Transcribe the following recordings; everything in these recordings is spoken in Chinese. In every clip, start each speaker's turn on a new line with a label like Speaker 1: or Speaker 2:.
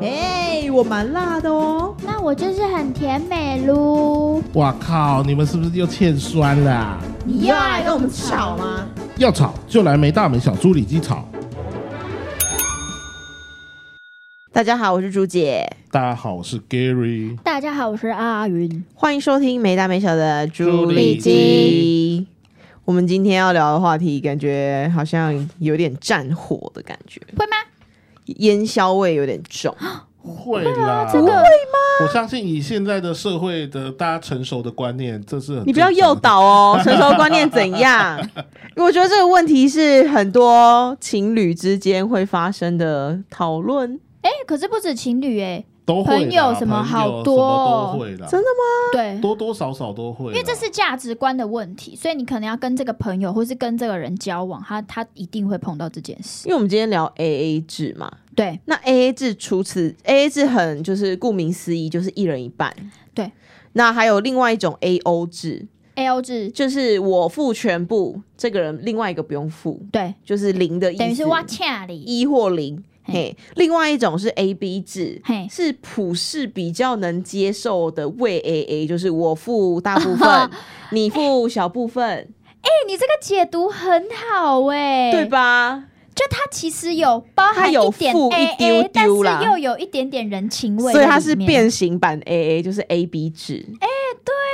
Speaker 1: 哎、我蛮辣的哦。
Speaker 2: 那我就是很甜美噜。
Speaker 3: 哇靠！你们是不是又欠酸啦、
Speaker 1: 你又要来跟我们吵吗？
Speaker 3: 要吵就来没大没小猪里鸡吵。
Speaker 1: 大家好，我是朱姐，
Speaker 3: 大家好，我是 Gary。
Speaker 2: 大家好，我是阿云。
Speaker 1: 欢迎收听没大没小的朱
Speaker 3: 丽
Speaker 1: 姬。我们今天要聊的话题，感觉好像有点战火的感觉，
Speaker 2: 会吗？
Speaker 1: 烟硝味有点重。
Speaker 3: 会啦，
Speaker 1: 啊
Speaker 2: 这个
Speaker 3: 我相信以现在的社会的大家成熟的观念，这是 很
Speaker 1: 你不要
Speaker 3: 正常
Speaker 1: 诱
Speaker 3: 的。
Speaker 1: 导 哦，成熟观念怎样？因为我觉得这个问题是很多情侣之间会发生的讨论，
Speaker 2: 哎、可是不止情侣哎、
Speaker 3: 都会啦
Speaker 2: 朋友什么
Speaker 3: 朋友
Speaker 2: 好多哦
Speaker 3: 什么都会啦，
Speaker 1: 真的吗？
Speaker 2: 对，
Speaker 3: 多多少少都会啦。
Speaker 2: 因为这是价值观的问题，所以你可能要跟这个朋友或是跟这个人交往，他他一定会碰到这件事。
Speaker 1: 因为我们今天聊 A A 制嘛，
Speaker 2: 对
Speaker 1: 那 A A 制除此 A A 制很就是顾名思义就是一人一半，
Speaker 2: 对。
Speaker 1: 那还有另外一种 A O 制，
Speaker 2: ，A O 制
Speaker 1: 就是我付全部，这个人另外一个不用付，
Speaker 2: 对，
Speaker 1: 就是零的意思，
Speaker 2: 等于是挖恰里。
Speaker 1: 一或零。
Speaker 2: 嘿
Speaker 1: 嘿，另外一种是 A B 制，
Speaker 2: 嘿
Speaker 1: 是普世比较能接受的为 A A，就是我付大部 分，你付小部分，
Speaker 2: 哎、你这个解读很好哎、
Speaker 1: 对？吧？
Speaker 2: 就它其实有包
Speaker 1: 它
Speaker 2: 含
Speaker 1: 有
Speaker 2: 一点
Speaker 1: 附
Speaker 2: A
Speaker 1: 一
Speaker 2: A，
Speaker 1: 丢丢啦
Speaker 2: 但是又有一点点人情味在里面，
Speaker 1: 所以它是变形版 A A，就是 A B 制。哎、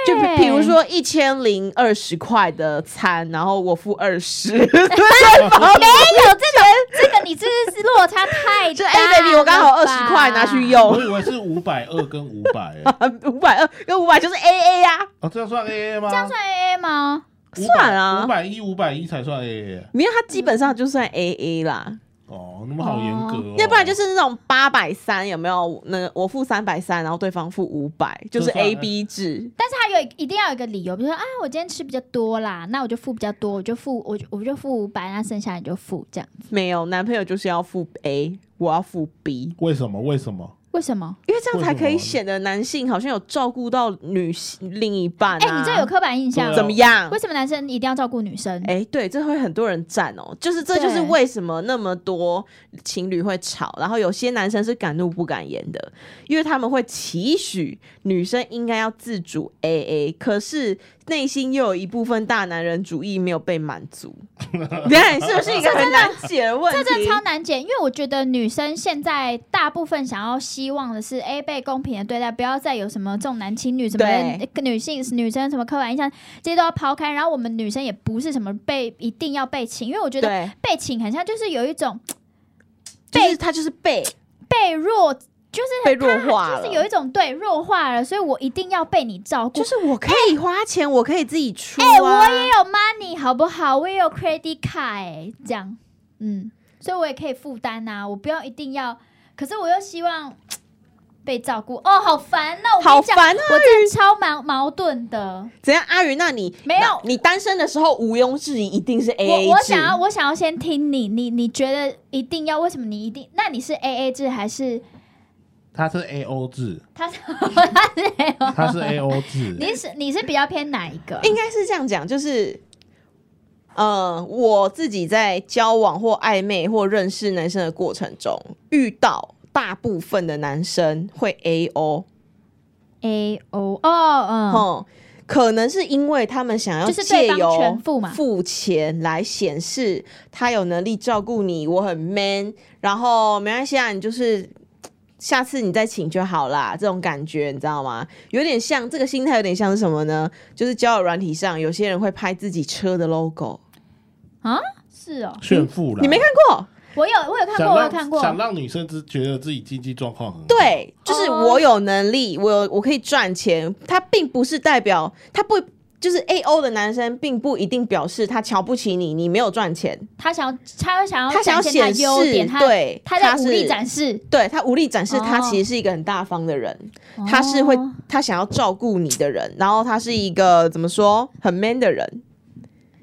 Speaker 1: 对，就比比如说一千零二十块的餐，然后我付二 十。哎
Speaker 2: 没有这种，这个你这是落差太
Speaker 1: 这
Speaker 2: 大了吧。
Speaker 1: 哎、baby，我刚好二十块拿去
Speaker 3: 我
Speaker 1: 用，
Speaker 3: 以为是五百二跟五百，欸
Speaker 1: 五百二跟五百就是 A A 呀，
Speaker 3: 哦，这样算 AA 吗？
Speaker 2: 这样算 A A 吗？
Speaker 1: 算啊
Speaker 3: 五百一五百一才算 AA
Speaker 1: 没有，它基本上就算 A A 啦，
Speaker 3: 哦，你们好严格哦。
Speaker 1: 要不然就是那种八百三，有没有？那个我付三百三，然后对方付五百，就是
Speaker 3: 就算
Speaker 1: A B 制。
Speaker 2: 但是他有一定要有一个理由，比如说啊，我今天吃比较多啦，那我就付比较多，我就付我就我就付五百，那剩下你就付这样。
Speaker 1: 没有，男朋友就是要付 A，我要付 B，
Speaker 3: 为什么？为什么？
Speaker 2: 为什么？
Speaker 1: 因为这样才可以
Speaker 3: 为什么
Speaker 1: 显得男性好像有照顾到女性另一半、啊。
Speaker 2: 哎、你这有刻板印象
Speaker 3: 对啊
Speaker 1: 怎么样
Speaker 2: 为？什么男生一定要照顾女生？
Speaker 1: 哎、对，这会很多人站哦，就是这就是
Speaker 2: 对
Speaker 1: 为什么那么多情侣会吵，然后有些男生是敢怒不敢言的，因为他们会期许女生应该要自主 AA，可是内心又有一部分大男人主义没有被满足， 你看是不是一个很难解的问
Speaker 2: 这真的
Speaker 1: 题？
Speaker 2: 超难解，因为我觉得女生现在大部分想要希望的是，哎，被公平的对待，不要再有什么重男轻女什么
Speaker 1: 对
Speaker 2: 呃女性女生什么刻板印象，这些都要抛开。然后我们女生也不是什么被一定要被请，因为我觉得
Speaker 1: 对，
Speaker 2: 被请很像就是有一种
Speaker 1: 就是他就是被
Speaker 2: 被弱，就是
Speaker 1: 被弱化
Speaker 2: 就
Speaker 1: 了，
Speaker 2: 是有一种对弱化了，所以我一定要被你照顾。
Speaker 1: 就是我可以花钱，我可以自己出、啊。
Speaker 2: 哎、我也有 money 好不好？我也有 credit card，、哎，这样，嗯，所以我也可以负担呐，我不用一定要，可是我又希望被照顾，哦，好烦那我跟
Speaker 1: 好
Speaker 2: 你讲，
Speaker 1: 烦啊！
Speaker 2: 我真的超矛矛盾的。
Speaker 1: 怎样，阿云？那你
Speaker 2: 没有
Speaker 1: 那你单身的时候毋庸置疑，一定是 A A
Speaker 2: 我
Speaker 1: 制。
Speaker 2: 我想要我想要先听你，你你觉得一定要为什么你一定？那你是 A A 制还是
Speaker 3: 它是 AO 制，
Speaker 2: 他是他是 A O？
Speaker 3: 它是 AO 制。
Speaker 2: 你是你是比较偏哪一个？
Speaker 1: 应该是这样讲，就是，呃，我自己在交往或暧昧或认识男生的过程中，遇到大部分的男生会 A O，
Speaker 2: A O 哦，嗯，
Speaker 1: 哦、可能是因为他们想要
Speaker 2: 就是对
Speaker 1: 借
Speaker 2: 方
Speaker 1: 由
Speaker 2: 全付嘛
Speaker 1: 付钱来显示他有能力照顾你，我很 man，然后没关系啊，你就是。下次你再请就好啦，这种感觉你知道吗？有点像这个心态，有点像是什么呢？就是交友软体上，有些人会拍自己车的 logo，
Speaker 2: 是哦，
Speaker 3: 炫富啦！
Speaker 1: 嗯你没看过？
Speaker 2: 我有我有看过，
Speaker 3: 想让
Speaker 2: 我有看过，
Speaker 3: 想让女生只觉得自己经济状况很好。，
Speaker 1: 对，就是
Speaker 2: 哦
Speaker 1: 我有能力，我有我可以赚钱。他并不是代表他不就是 A O 的男生，并不一定表示他瞧不起你，你没有赚钱。
Speaker 2: 他想要，他想要，
Speaker 1: 他想要
Speaker 2: 展现
Speaker 1: 显
Speaker 2: 他的
Speaker 1: 示，
Speaker 2: 优点，他
Speaker 1: 对，
Speaker 2: 他在武力
Speaker 1: 是
Speaker 2: 展示，
Speaker 1: 对他无力展示，
Speaker 2: 哦
Speaker 1: 他其实是一个很大方的人，他是会
Speaker 2: 哦
Speaker 1: 他想要照顾你的人，然后他是一个怎么说很 man 的人，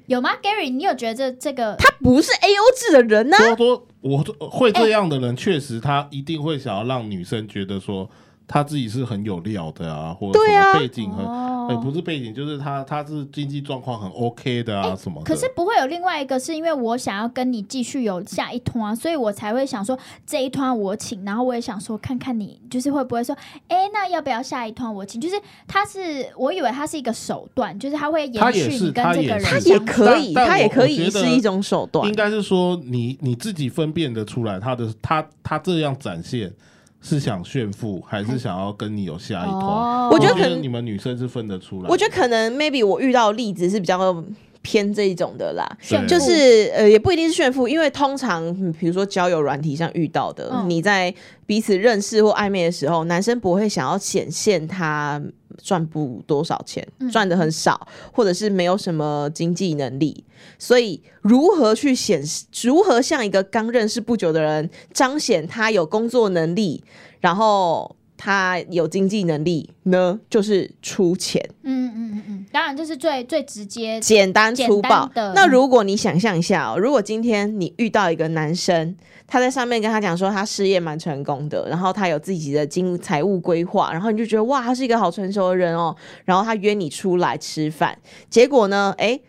Speaker 2: 有吗？Gary，你有觉得这这个
Speaker 1: 他不是 A O 制的人啊呢、哎
Speaker 3: 多多我会这样的人，确实他一定会想要让女生觉得说他自己是很有料的啊，或者
Speaker 1: 对
Speaker 3: 什
Speaker 1: 啊
Speaker 3: 么背景很，
Speaker 2: 哦
Speaker 3: 哎、不是背景，就是他他是经济状况很 OK 的
Speaker 1: 哎
Speaker 3: 啊什么的。
Speaker 2: 可是不会有另外一个，是因为我想要跟你继续有下一团、所以我才会想说这一团我请，然后我也想说看看你就是会不会说，哎，那要不要下一团我请？就是他是我以为他是一个手段，就是他会
Speaker 3: 他
Speaker 2: 延
Speaker 3: 也
Speaker 2: 续
Speaker 3: 是
Speaker 2: 你跟
Speaker 3: 他
Speaker 2: 这
Speaker 3: 也
Speaker 2: 个人
Speaker 3: 是
Speaker 1: 他
Speaker 2: 相处，
Speaker 1: 也可以，
Speaker 3: 但但
Speaker 1: 他
Speaker 3: 我
Speaker 1: 也可
Speaker 3: 我
Speaker 1: 以
Speaker 3: 觉得
Speaker 1: 是一种手段
Speaker 3: 应。该是说你你自己分辨得出来他的他他这样展现是想炫富，还是想要跟你有下一通？
Speaker 2: 哦
Speaker 1: 我觉
Speaker 3: 觉
Speaker 1: 得可能
Speaker 3: 你们女生是分得出来的。
Speaker 1: 我觉得可能 maybe 我遇到的例子是比较偏这一种的啦，
Speaker 2: 炫
Speaker 3: 对
Speaker 2: 富
Speaker 1: 就是呃，也不一定是炫富，因为通常嗯比如说交友软体上遇到的，
Speaker 2: 嗯
Speaker 1: 你在彼此认识或暧昧的时候，男生不会想要显现他赚不多少钱
Speaker 2: 嗯，
Speaker 1: 赚的很少，或者是没有什么经济能力，所以如何去显示，如何向一个刚认识不久的人彰显他有工作能力，然后他有经济能力呢？就是出钱。
Speaker 2: 嗯嗯嗯嗯，当然就是最最直接，
Speaker 1: 简单粗暴
Speaker 2: 简单的
Speaker 1: 那如果你想象一下哦，如果今天你遇到一个男生，他在上面跟他讲说他事业蛮成功的，然后他有自己的经财务规划，然后你就觉得哇，他是一个好成熟的人哦，然后他约你出来吃饭，结果呢，诶，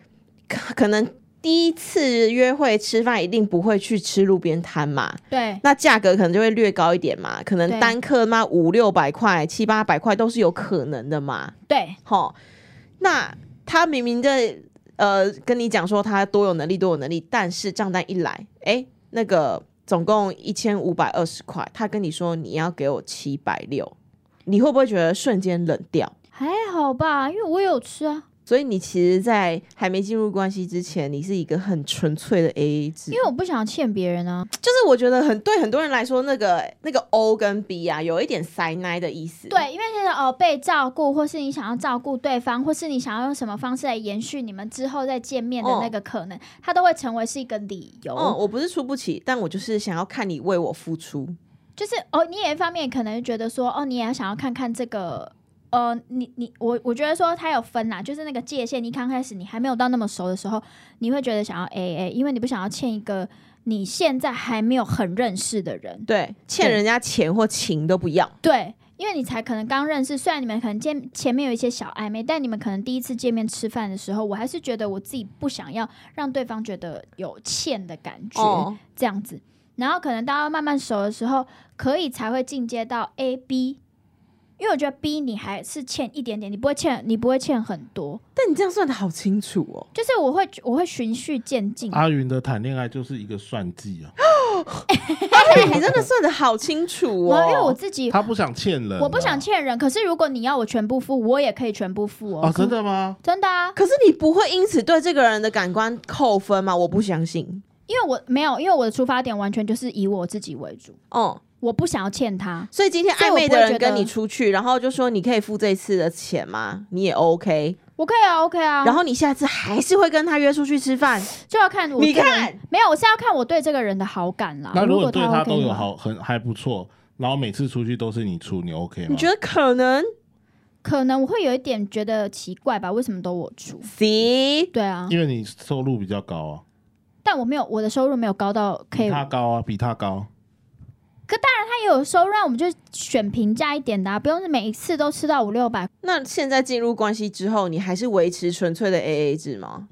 Speaker 1: 可可能。第一次约会吃饭一定不会去吃路边摊嘛，
Speaker 2: 对，
Speaker 1: 那价格可能就会略高一点嘛，可能
Speaker 2: 对
Speaker 1: 单客嘛五六百块、七八百块都是有可能的嘛。
Speaker 2: 对，
Speaker 1: 吼，那他明明在呃跟你讲说他多有能力，多有能力，但是账单一来，哎、那个总共一千五百二十块，他跟你说你要给我七百六，你会不会觉得瞬间冷掉？
Speaker 2: 还好吧，因为我有吃啊，
Speaker 1: 所以你其实，在还没进入关系之前，你是一个很纯粹的 AA 制，
Speaker 2: 因为我不想欠别人啊，
Speaker 1: 就是我觉得很对很多人来说，那个那个 O 跟 B 啊，有一点塞奶的意思。
Speaker 2: 对，因为现在哦被照顾，或是你想要照顾对方，或是你想要用什么方式来延续你们之后再见面的那个可能，它都会成为是一个理由。
Speaker 1: 嗯，我不是出不起，但我就是想要看你为我付出。
Speaker 2: 就是哦，你也一方面可能觉得说，哦，你也想要看看这个。呃，你你我我觉得说它有分啦，就是那个界限。你刚开始你还没有到那么熟的时候，你会觉得想要 A A，因为你不想要欠一个你现在还没有很认识的人。
Speaker 1: 对，欠
Speaker 2: 对
Speaker 1: 人家钱或情都不要。
Speaker 2: 对，因为你才可能刚认识，虽然你们可能见前面有一些小暧昧，但你们可能第一次见面吃饭的时候，我还是觉得我自己不想要让对方觉得有欠的感觉，
Speaker 1: 哦，
Speaker 2: 这样子。然后可能大家慢慢熟的时候，可以才会进阶到 A B，因为我觉得 B 你还是欠一点点，你不会欠，你不会欠很多，
Speaker 1: 但你这样算的好清楚 哦。
Speaker 2: 就是我会我会循序渐进。
Speaker 3: 阿云的谈恋爱就是一个算计啊，
Speaker 1: 哎，你真的算的好清楚
Speaker 2: 我
Speaker 1: 哦。
Speaker 2: 因为我自己
Speaker 3: 他不想欠人啊、
Speaker 2: 我不想欠人，可是如果你要我全部付，我也可以全部付哦。
Speaker 3: 哦，真的吗？
Speaker 2: 真的啊，
Speaker 1: 可是你不会因此对这个人的感官扣分吗？我不相信。
Speaker 2: 因为我没有，因为我的出发点完全就是以我自己为主，
Speaker 1: 哦、
Speaker 2: 我不想要欠他。
Speaker 1: 所以今天
Speaker 2: 所以
Speaker 1: 暧
Speaker 2: 我
Speaker 1: 昧
Speaker 2: 不
Speaker 1: 的
Speaker 2: 会
Speaker 1: 人
Speaker 2: 觉
Speaker 1: 跟
Speaker 2: 得
Speaker 1: 你出去，然后就说你可以付这次的钱吗？你也 OK，、
Speaker 2: 我可以啊，OK 啊，
Speaker 1: 然后你下次还是会跟他约出去吃饭。
Speaker 2: 就要看我
Speaker 1: 你
Speaker 2: 这个人
Speaker 1: 看，
Speaker 2: 没有，我是要看我对这个人的好感啦。
Speaker 3: 那
Speaker 2: 啊
Speaker 3: 如
Speaker 2: 果
Speaker 3: 果对他
Speaker 2: OK
Speaker 3: 都
Speaker 2: 的
Speaker 3: 有
Speaker 2: 话，
Speaker 3: 好很还不错，然后每次出去都是你出，你 OK 吗？
Speaker 1: 你觉得可能
Speaker 2: 可能我会有一点觉得奇怪吧，为什么都我出？
Speaker 1: 行？
Speaker 2: 对啊，
Speaker 3: 因为你收入比较高啊，
Speaker 2: 但我没有我的收入没有高到可
Speaker 3: 比
Speaker 2: 以，
Speaker 3: 他高啊，比他高。
Speaker 2: 他也有收入，那啊我们就选平价一点的、啊，不用是每一次都吃到五六百。
Speaker 1: 那现在进入关系之后，你还是维持纯粹的 AA 制吗？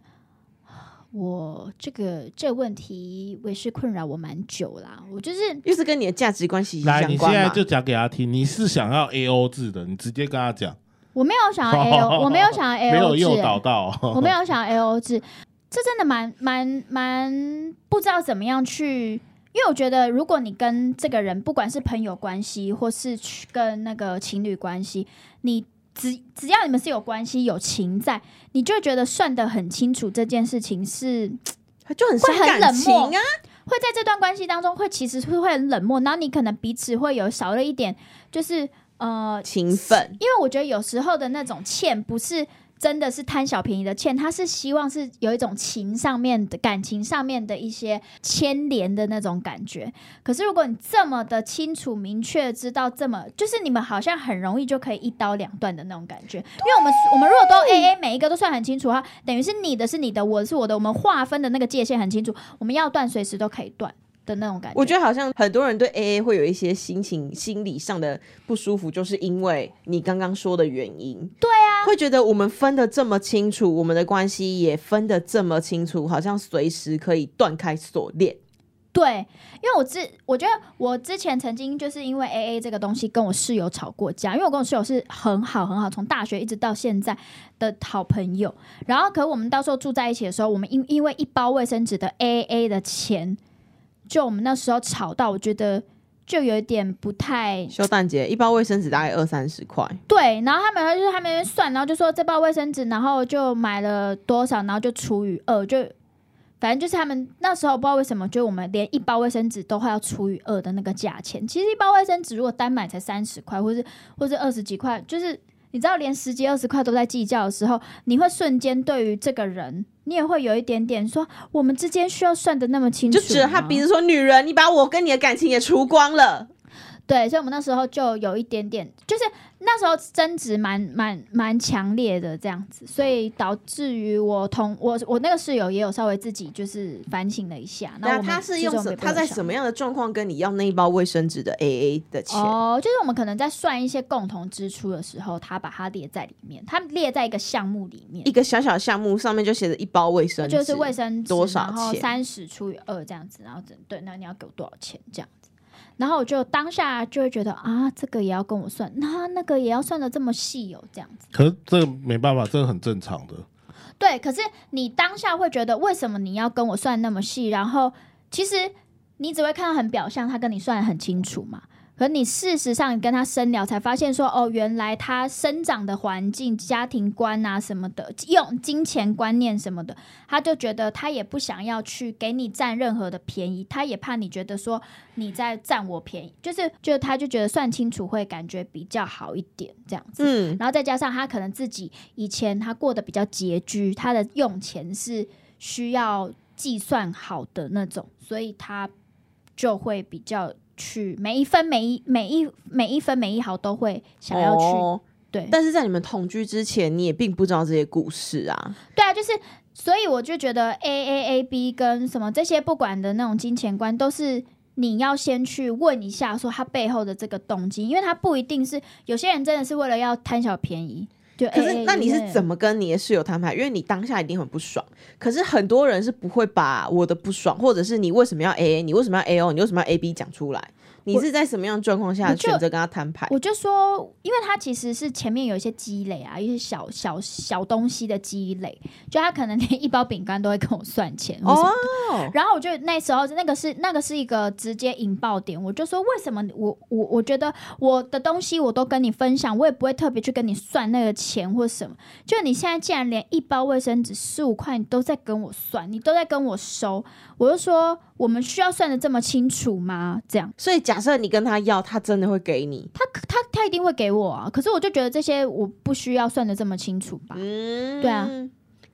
Speaker 2: 我这个这个问题我也是困扰我蛮久啦，我就是
Speaker 1: 又是跟你的价值观息息
Speaker 3: 来，
Speaker 1: 相
Speaker 3: 你现
Speaker 1: 关
Speaker 3: 在
Speaker 1: 嘛？
Speaker 3: 就讲给他听，你是想要 A O 制的，你直接跟他讲，
Speaker 2: 我没有想要 A O，我没有想要 A
Speaker 3: 没
Speaker 2: O
Speaker 3: 有
Speaker 2: 制、
Speaker 3: 诱
Speaker 2: 欸
Speaker 3: 导到。啊
Speaker 2: 我没有想 A O 制，这真的蛮蛮蛮不知道怎么样去，因为我觉得如果你跟这个人，不管是朋友关系，或是去跟那个情侣关系，你只只要你们是有关系、有情在，你就会觉得算得很清楚这件事情是
Speaker 1: 就很伤
Speaker 2: 会很
Speaker 1: 感
Speaker 2: 冷
Speaker 1: 情
Speaker 2: 漠
Speaker 1: 啊。
Speaker 2: 会在这段关系当中会其实是会很冷漠，然后你可能彼此会有少了一点，就是呃
Speaker 1: 情分，
Speaker 2: 因为我觉得有时候的那种欠不是真的是贪小便宜的欠，他是希望是有一种情上面的感情上面的一些牵连的那种感觉。可是如果你这么的清楚明确知道这么，就是你们好像很容易就可以一刀两断的那种感觉。因为我们我们如果都 A A 每一个都算很清楚的话，等于是你的是你的，我的是我的，我们划分的那个界限很清楚，我们要断随时都可以断。的那种感觉。
Speaker 1: 我觉得好像很多人对 AA 会有一些心情、心理上的不舒服，就是因为你刚刚说的原因。对啊，会觉得我们分得这么清楚，我们的关系也分得这么清楚，好像随时可以断开锁链。
Speaker 2: 对，因为我之我觉得我之前曾经就是因为 A A 这个东西跟我室友吵过架，因为我跟我室友是很好很好，从大学一直到现在的好朋友。然后，可我们到时候住在一起的时候，我们因因为一包卫生纸的 A A 的钱，就我们那时候吵到，我觉得就有一点不太
Speaker 1: 休蛋节一包卫生纸大概二三十块，
Speaker 2: 对，然后他们就是他们在那边算，然后就说这包卫生纸，然后就买了多少，然后就除以二，就反正就是他们那时候不知道为什么，就我们连一包卫生纸都会要除以二的那个价钱。其实一包卫生纸如果单买才三十块，或是或是二十几块，就是你知道连十几二十块都在计较的时候，你会瞬间对于这个人，你也会有一点点说，我们之间需要算的那么清楚
Speaker 1: 就
Speaker 2: 吗，
Speaker 1: 指着他鼻子说：“女人，你把我跟你的感情也除光了。
Speaker 2: 对，所以我们那时候就有一点点，就是那时候争执蛮蛮蛮强烈的这样子，所以导致于我同我我那个室友也有稍微自己就是反省了一下。”那
Speaker 1: 那
Speaker 2: 我们
Speaker 1: 他是用什？他在什么
Speaker 2: 样？
Speaker 1: 样的状况跟你要那一包卫生纸的 AA 的钱？
Speaker 2: 哦，就是我们可能在算一些共同支出的时候，他把它列在里面，他列在一个项目里面
Speaker 1: 一，个小小项目上面就写着一包卫生纸，
Speaker 2: 就是卫生纸
Speaker 1: 多少
Speaker 2: 然后
Speaker 1: 钱
Speaker 2: 三十除以二这样子，然后整对，那你要给我多少钱这样子？然后我就当下就会觉得啊，这个也要跟我算，那那个也要算的这么细哦，这样子。
Speaker 3: 可是这个没办法，这个很正常的。
Speaker 2: 对，可是你当下会觉得为什么你要跟我算那么细？然后其实你只会看到很表象，他跟你算的很清楚嘛。可你事实上你跟他深聊才发现说，哦，原来他生长的环境、家庭观啊什么的，用金钱观念什么的，他就觉得他也不想要去给你占任何的便宜，他也怕你觉得说你在占我便宜，就是就他就觉得算清楚会感觉比较好一点这样子。
Speaker 1: 嗯，
Speaker 2: 然后再加上他可能自己以前他过得比较拮据，他的用钱是需要计算好的那种，所以他就会比较去每一分每一每一每一分每一毫都会想要去、
Speaker 1: 哦
Speaker 2: 对
Speaker 1: 但是在你们同居之前，你也并不知道这些故事啊。
Speaker 2: 对啊，就是所以我就觉得 A A A B 跟什么这些不管的那种金钱观都是。你要先去问一下，说他背后的这个动机，因为他不一定是有些人真的是为了要贪小便宜，就 AA,
Speaker 1: 可是，那你
Speaker 2: 有些人
Speaker 1: 是怎么跟你的室友摊牌？因为你当下一定很不爽。可是很多人是不会把我的不爽，或者是你为什么要 A A，你为什么要 A O，你为什么要 A B 讲出来？你是在什么样的状况下
Speaker 2: 我就
Speaker 1: 选择跟他摊牌？
Speaker 2: 我就说，因为他其实是前面有一些积累啊，一些小小小东西的积累，就他可能连一包饼干都会跟我算钱或什么
Speaker 1: 哦，
Speaker 2: 然后我就那时候那个是那个是一个直接引爆点，我就说为什么我我我觉得我的东西我都跟你分享，我也不会特别去跟你算那个钱或什么。就你现在竟然连一包卫生纸十五块你都在跟我算，你都在跟我收，我就说我们需要算的这么清楚吗？这样。
Speaker 1: 所以假设你跟他要，他真的会给你。
Speaker 2: 他他他一定会给我啊，可是我就觉得这些我不需要算的这么清楚吧。
Speaker 1: 嗯，
Speaker 2: 对啊。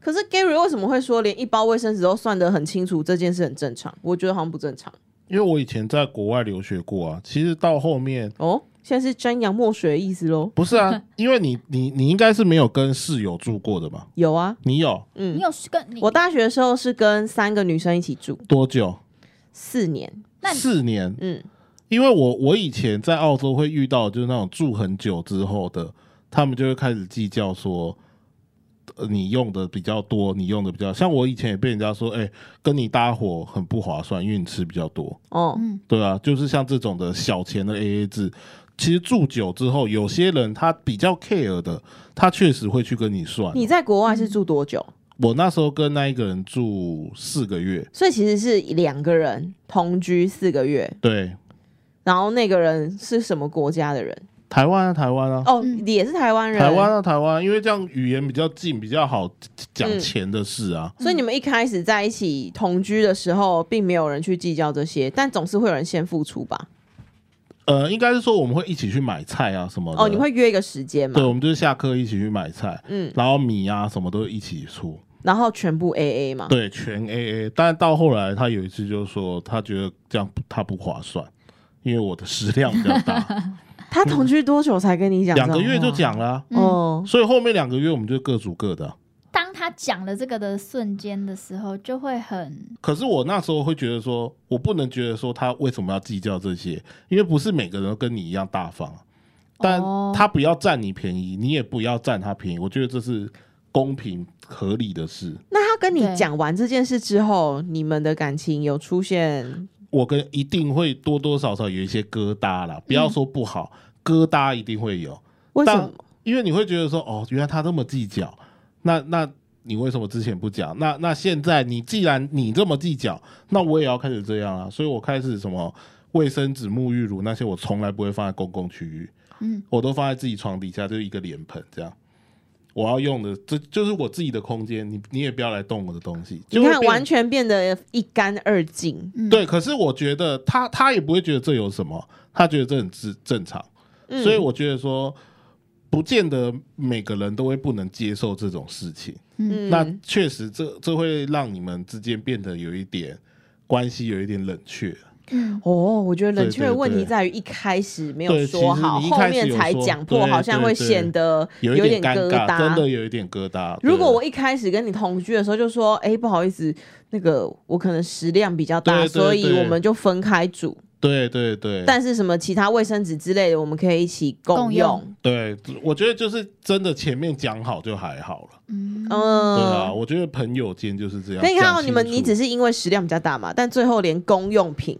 Speaker 1: 可是 Gary 为什么会说连一包卫生纸都算得很清楚这件事很正常？我觉得好像不正常
Speaker 3: 因为我以前在国外留学过啊，其实到后面
Speaker 1: 哦。现在是沾洋墨水的意思喽？
Speaker 3: 不是 啊，因为你你你应该是没有跟室友住过的吧？
Speaker 1: 有啊，
Speaker 3: 你有
Speaker 1: 嗯
Speaker 2: 你，有跟你
Speaker 1: 我大学的时候是跟三个女生一起住
Speaker 3: 多久？
Speaker 1: 四年，
Speaker 2: 那你
Speaker 3: 四年。
Speaker 1: 嗯，
Speaker 3: 因为我我以前在澳洲会遇到，就是那种住很久之后的，他们就会开始计较说，呃你用的比较多，呃你用的比较像我以前也被人家说，哎、跟你搭伙很不划算，因为你吃比较多，
Speaker 1: 哦，
Speaker 2: 嗯
Speaker 3: 对啊，就是像这种的小钱的 AA 制。其实住久之后，有些人他比较 care 的，他确实会去跟你算。
Speaker 1: 你在国外是住多久？
Speaker 3: 我那时候跟那一个人住四个月，
Speaker 1: 所以其实是两个人同居四个月，
Speaker 3: 对，
Speaker 1: 然后那个人是什么国家的人？
Speaker 3: 台湾啊，台湾啊，
Speaker 1: 哦，
Speaker 2: 嗯
Speaker 1: 也是台湾人。
Speaker 3: 台湾啊，台湾，因为这样语言比较近，比较好讲钱的事啊。
Speaker 1: 所以你们一开始在一起同居的时候，并没有人去计较这些，但总是会有人先付出吧？
Speaker 3: 呃，应该是说我们会一起去买菜啊什么的。
Speaker 1: 哦，你会约一个时间嘛
Speaker 3: 对，？我们就是下课一起去买菜，
Speaker 1: 嗯，
Speaker 3: 然后米啊什么都一起出，
Speaker 1: 然后全部 A A 嘛？
Speaker 3: 对，全 A A。但到后来他有一次就说，他觉得这样不他不划算，因为我的食量比较大，
Speaker 1: 他同居多久才跟你讲？
Speaker 3: 两个月就。讲了啊、
Speaker 2: 嗯，
Speaker 1: 哦，
Speaker 3: 所以后面两个月我们就各煮各的啊、
Speaker 2: 当他他讲了这个的瞬间的时候，就会很
Speaker 3: 可是我那时候会觉得说，我不能觉得说他为什么要计较这些，因为不是每个人都跟你一样大方，但
Speaker 2: 哦
Speaker 3: 他不要占你便宜，你也不要占他便宜，我觉得这是公平合理的事。
Speaker 1: 那他跟你
Speaker 2: 对
Speaker 1: 讲完这件事之后，你们的感情有出现
Speaker 3: 我跟一定会多多少少有一些疙瘩啦，不要说不好，疙瘩一定会有，
Speaker 1: 为什
Speaker 3: 但
Speaker 1: 么？
Speaker 3: 因为你会觉得说，哦，原来他这么计较，那那你为什么之前不讲？那那现在你既然你这么计较，那我也要开始这样啊，所以我开始什么卫生纸、沐浴乳那些，我从来不会放在公共区域，
Speaker 2: 嗯，
Speaker 3: 我都放在自己床底下，就一个脸盆这样。我要用的，这就是我自己的空间，你你也不要来动我的东西。
Speaker 1: 你
Speaker 3: 就会
Speaker 1: 看，
Speaker 3: 变
Speaker 1: 完全变得一干二净。
Speaker 2: 嗯
Speaker 3: 对，可是我觉得他他也不会觉得这有什么，他觉得这很正正常，
Speaker 1: 嗯
Speaker 3: 所以我觉得说，不见得每个人都会不能接受这种事情。
Speaker 2: 嗯
Speaker 3: 那确实这，这会让你们之间变得有一点关系，有一点冷却。
Speaker 2: 嗯
Speaker 1: 哦，我觉得冷却的
Speaker 3: 对对
Speaker 1: 问题
Speaker 3: 对
Speaker 1: 在于一开始没
Speaker 3: 对
Speaker 1: 有说
Speaker 3: 其实
Speaker 1: 好，
Speaker 3: 你一
Speaker 1: 后
Speaker 3: 开始
Speaker 1: 面
Speaker 3: 有
Speaker 1: 才
Speaker 3: 说
Speaker 1: 讲破，
Speaker 3: 对
Speaker 1: 好像
Speaker 3: 对
Speaker 1: 会
Speaker 3: 对
Speaker 1: 显得
Speaker 3: 有
Speaker 1: 有
Speaker 3: 点
Speaker 1: 点
Speaker 3: 尴
Speaker 1: 疙
Speaker 3: 尬，真的
Speaker 1: 瘩。
Speaker 3: 有一点疙瘩。
Speaker 1: 如果
Speaker 3: 对
Speaker 1: 我一开始跟你同居的时候就说，哎、不好意思，那个我可能食量比较大，
Speaker 3: 对对
Speaker 1: 所以
Speaker 3: 对
Speaker 1: 我们就分开煮。
Speaker 3: 对对对，
Speaker 1: 但是什么其他卫生纸之类的，我们可以一起共
Speaker 2: 共
Speaker 1: 用
Speaker 2: 用。
Speaker 3: 对，我觉得就是真的前面讲好就还好了。
Speaker 2: 嗯
Speaker 1: 嗯，
Speaker 3: 对啊，我觉得朋友间就是这样。
Speaker 1: 可以看
Speaker 3: 讲
Speaker 1: 到你们，
Speaker 3: 清楚
Speaker 1: 你只是因为食量比较大嘛，但最后连公用品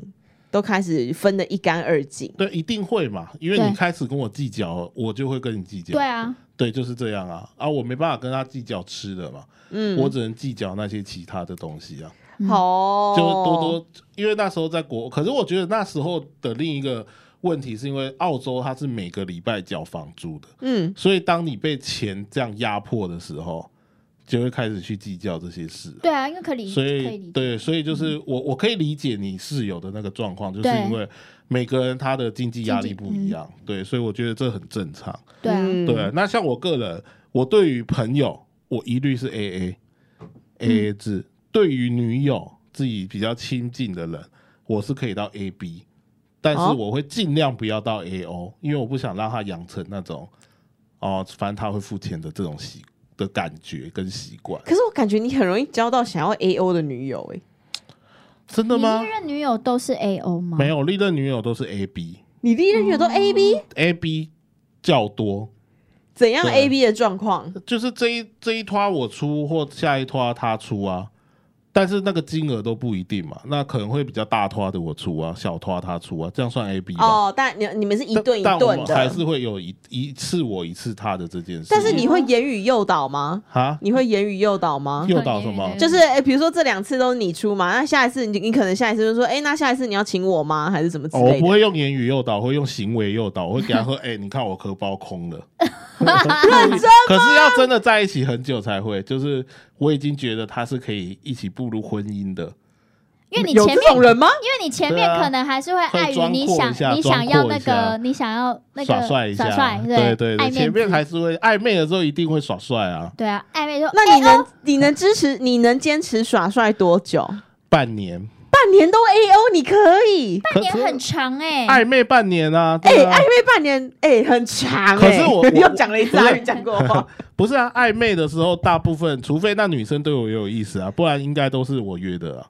Speaker 1: 都开始分得一干二净。
Speaker 3: 对，一定会嘛，因为
Speaker 2: 对
Speaker 3: 你开始跟我计较了，我就会跟你计较。
Speaker 2: 对啊，
Speaker 3: 对，就是这样啊啊！我没办法跟他计较吃的嘛，
Speaker 1: 嗯，
Speaker 3: 我只能计较那些其他的东西啊。
Speaker 2: 嗯
Speaker 1: 好、哦，
Speaker 3: 就是多多，因为那时候在国，可是我觉得那时候的另一个问题是因为澳洲它是每个礼拜缴房租的，
Speaker 1: 嗯，
Speaker 3: 所以当你被钱这样压迫的时候，就会开始去计较这些事。
Speaker 2: 对啊，因为可以理
Speaker 3: 所
Speaker 2: 可以
Speaker 3: 以
Speaker 2: 理解，嗯
Speaker 3: 对，所以就是我我可以理解你室友的那个状况，就是
Speaker 2: 对
Speaker 3: 因为每个人他的经济压
Speaker 2: 经
Speaker 3: 力
Speaker 2: 济嗯
Speaker 3: 不一样，对，所以我觉得这很正常。
Speaker 2: 对啊，
Speaker 1: 嗯
Speaker 3: 对，那像我个人，我对于朋友，我一律是 A A A
Speaker 1: 嗯
Speaker 3: A 制；对于女友自己比较亲近的人，我是可以到 A B，但是
Speaker 1: 哦
Speaker 3: 我会尽量不要到 A O，因为我不想让他养成那种哦，反正他会付钱的这种习的感觉跟习惯。
Speaker 1: 可是我感觉你很容易交到想要 A O 的女友、欸，
Speaker 3: 真的
Speaker 2: 你
Speaker 3: 吗
Speaker 2: 历？任女友都是 A O 吗？
Speaker 3: 没有，历任女友都是 A B，A
Speaker 1: 你第一任女友
Speaker 2: 哦
Speaker 1: 都 A B，、
Speaker 3: B 较多，
Speaker 1: 怎样
Speaker 3: 对啊
Speaker 1: A B 的状况？
Speaker 3: 就是这一这一拖我出或下一拖他出啊，但是那个金额都不一定嘛，那可能会比较大拖的我出啊，小拖他出啊，这样算 A B 吧。
Speaker 1: 哦，但你你们是一
Speaker 3: 但
Speaker 1: 顿一
Speaker 3: 但我
Speaker 1: 顿
Speaker 3: 们还
Speaker 1: 的，
Speaker 3: 是会有一一次我一次他的这件事。
Speaker 1: 但是你会言语诱导吗？
Speaker 3: 啊，
Speaker 1: 你会言语诱导吗？
Speaker 3: 诱导什么
Speaker 2: 很？
Speaker 1: 就是哎，诶比如说这两次都是你出嘛，那下一次你你可能下一次就说，哎、那下一次你要请我吗？还是什么之
Speaker 3: 哦我
Speaker 1: 类的？
Speaker 3: 不会用言语诱导，会用行为诱导。我会给他说：“ 哎、你看我荷包空了。”
Speaker 1: 认真，
Speaker 3: 可是要真的在一起很久才会，就是我已经觉得他是可以一起步入婚姻的。
Speaker 2: 因为你
Speaker 1: 有
Speaker 2: 前
Speaker 1: 这
Speaker 2: 面
Speaker 1: 种人吗？
Speaker 2: 因为你前
Speaker 3: 对
Speaker 2: 面
Speaker 3: 啊
Speaker 2: 可能还是会碍
Speaker 3: 会
Speaker 2: 于
Speaker 3: 装
Speaker 2: 你
Speaker 3: 阔一
Speaker 2: 想
Speaker 3: 下
Speaker 2: 你
Speaker 3: 装
Speaker 2: 想要
Speaker 3: 阔一
Speaker 2: 那
Speaker 3: 下
Speaker 2: 个你想要那个
Speaker 3: 耍帅一下，
Speaker 2: 耍帅
Speaker 3: 对
Speaker 2: 对爱
Speaker 3: 对，
Speaker 2: 面
Speaker 3: 前面
Speaker 2: 子
Speaker 3: 还是会暧昧的时候一定会耍帅啊，
Speaker 2: 对啊，暧昧就
Speaker 1: 那你能你能支持你能坚持耍帅多久？
Speaker 3: 半年，
Speaker 1: 半年都 A O，你可以？
Speaker 2: 半年很长哎、
Speaker 3: 暧昧半年啊，
Speaker 1: 哎、
Speaker 3: 对啊
Speaker 1: 暧昧半年，哎、很长、欸。
Speaker 3: 可是我我
Speaker 1: 又讲了一次阿
Speaker 3: 不
Speaker 1: 宇讲过的话，
Speaker 3: 不是啊，暧昧的时候大部分，除非那女生对我有意思啊，不然应该都是我约的啊。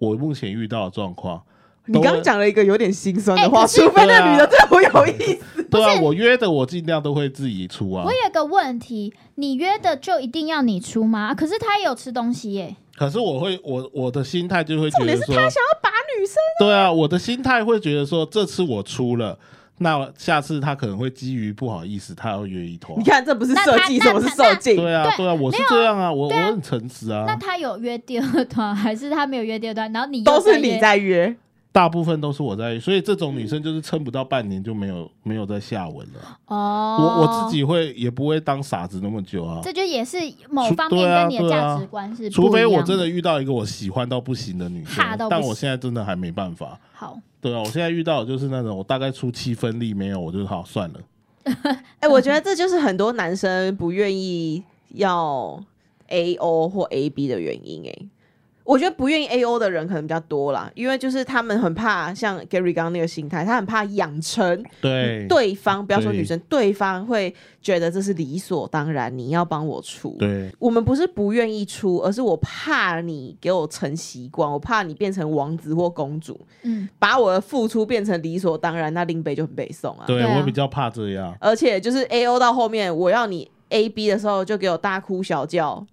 Speaker 3: 我目前遇到的状况，
Speaker 1: 你刚刚讲了一个有点心酸的话，
Speaker 2: 哎可是
Speaker 1: 除非那女的对我有意思。
Speaker 3: 对啊，我约的我尽量都会自己出啊
Speaker 2: 我。有个问题，你约的就一定要你出吗？啊可是他也有吃东西耶、
Speaker 3: 可是我会，我我的心态就会觉
Speaker 1: 重
Speaker 3: 得
Speaker 1: 点是
Speaker 3: 说，
Speaker 1: 他想要把女生，
Speaker 3: 对啊，我的心态会觉得说，这次我出了，那下次他可能会基于不好意思，他要约一 坨
Speaker 1: 你。
Speaker 2: 哎
Speaker 1: 看这不是
Speaker 2: 那
Speaker 1: 设
Speaker 2: 他
Speaker 1: 计，
Speaker 2: 那
Speaker 1: 什么是
Speaker 2: 他
Speaker 1: 受尽？
Speaker 3: 对啊，对啊，我是这样啊，我我
Speaker 2: 对啊
Speaker 3: 很诚实啊。
Speaker 2: 那他有约第二段，还是他没有约第二段？然后你又
Speaker 1: 都是你
Speaker 2: 约，
Speaker 1: 在约，
Speaker 3: 大部分都是我在，所以这种女
Speaker 2: 嗯
Speaker 3: 生就是撑不到半年就没有没有再下文了。
Speaker 2: 哦，
Speaker 3: 我我自己会也不会当傻子那么久啊，
Speaker 2: 这就也是某
Speaker 3: 除
Speaker 2: 方
Speaker 3: 对
Speaker 2: 面
Speaker 3: 啊
Speaker 2: 跟你的
Speaker 3: 对啊
Speaker 2: 价值观是
Speaker 3: 除
Speaker 2: 不一
Speaker 3: 非我
Speaker 2: 样
Speaker 3: 真的遇到一个我喜欢到不行的女生
Speaker 2: 怕，到不
Speaker 3: 但
Speaker 2: 行
Speaker 3: 我现在真的还没办法。
Speaker 2: 好，
Speaker 3: 对啊，我现在遇到的就是那种我大概出七分力没有，我就好算了。
Speaker 1: 哎、我
Speaker 3: 嗯
Speaker 1: 觉得这就是很多男生不愿意要 A O 或 A B 的原因、哎，我觉得不愿意 A O 的人可能比较多啦，因为就是他们很怕像 Gary 刚刚那个心态，他很怕养成
Speaker 2: 嗯
Speaker 3: 对
Speaker 1: 对方，不要说
Speaker 3: 对
Speaker 1: 女生，对方会觉得这是理所当然，你要帮我出。
Speaker 3: 对
Speaker 1: 我们不是不愿意出，而是我怕你给我成习惯，我怕你变成王子或公主，
Speaker 2: 嗯，
Speaker 1: 把我的付出变成理所当然，那林北就很北宋啊。
Speaker 3: 对，
Speaker 2: 对啊
Speaker 3: 我比较怕这样。
Speaker 1: 而且就是 A O 到后面，我要你 A B 的时候就给我大哭小叫，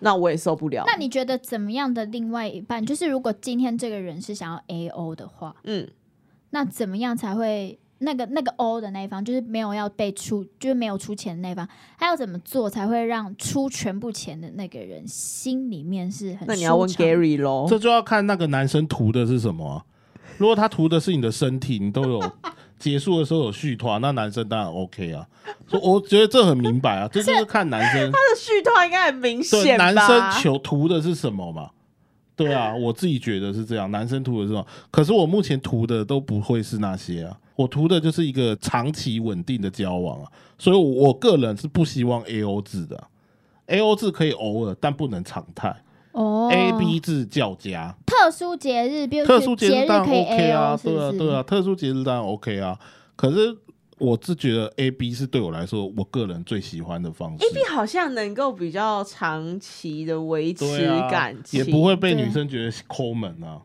Speaker 1: 那我也受不了。
Speaker 2: 那你觉得怎么样的另外一半？就是如果今天这个人是想要 A O 的话，
Speaker 1: 嗯，
Speaker 2: 那怎么样才会那个那个 O 的那一方，就是没有要被出，就是没有出钱的那一方，他要怎么做才会让出全部钱的那个人心里面是很舒畅？
Speaker 1: 那你要问 Gary 喽。
Speaker 3: 这就要看那个男生图的是什么啊、如果他图的是你的身体，你都有结束的时候有续团，那男生当然 OK 啊。所以我觉得这很明白啊，这就是看男生
Speaker 1: 他的续托应该很明
Speaker 3: 对
Speaker 1: 显吧？
Speaker 3: 男生求图的是什么嘛。对啊，我自己觉得是这样，男生图的是什么？可是我目前图的都不会是那些啊，我图的就是一个长期稳定的交往啊，所以我我个人是不希望 A O 制的啊、a O 制可以偶尔，但不能常态、
Speaker 2: 哦
Speaker 3: a B 制较佳。
Speaker 2: 特殊节日，比如
Speaker 3: 特殊节
Speaker 2: 节
Speaker 3: 日当然
Speaker 2: 可以
Speaker 3: OK
Speaker 2: A
Speaker 3: 啊，
Speaker 2: O，是
Speaker 3: 对
Speaker 2: 不
Speaker 3: 啊，
Speaker 2: 是？
Speaker 3: 对啊，特殊节日当然 OK 啊。可是我是觉得 A B 是对我来说，我个人最喜欢的方式
Speaker 1: A B 好像能够比较长期的维持
Speaker 3: 对啊
Speaker 1: 感情，
Speaker 3: 也不会被
Speaker 2: 对
Speaker 3: 女生觉得抠门啊。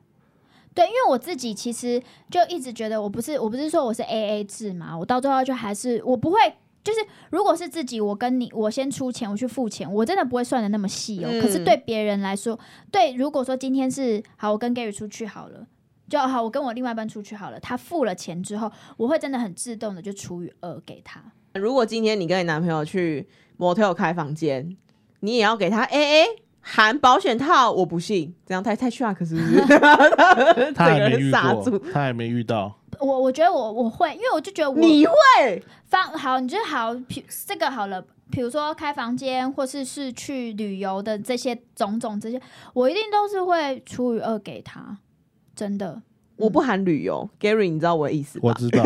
Speaker 2: 对，因为我自己其实就一直觉得我不是，我不是说我是 A A 制嘛，我到最后就还是我不会，就是如果是自己，我跟你我先出钱，我去付钱，我真的不会算的那么细哦。
Speaker 1: 嗯
Speaker 2: 可是对别人来说，对，如果说今天是好，我跟 Gary 出去好了。就好，我跟我另外一半出去好了。他付了钱之后，我会真的很自动的就除以二给他。
Speaker 1: 如果今天你跟你男朋友去 motel 开房间，你也要给他 A A 含保险套，我不信，这样太太 shock 是不是？ 整个
Speaker 3: 他还没
Speaker 1: 人
Speaker 3: 遇
Speaker 1: 傻
Speaker 3: 过
Speaker 1: 住。，
Speaker 3: 他还没 遇到。
Speaker 2: 我我觉得我我会，因为我就觉得我
Speaker 1: 你会
Speaker 2: 放好，你就好，比这个好了，比如说开房间，或是是去旅游的这些种种这些，我一定都是会除以二给他，真的。
Speaker 1: 我不含旅游，Gary，你知道我的意思
Speaker 3: 我
Speaker 1: 吧？
Speaker 3: 知 道，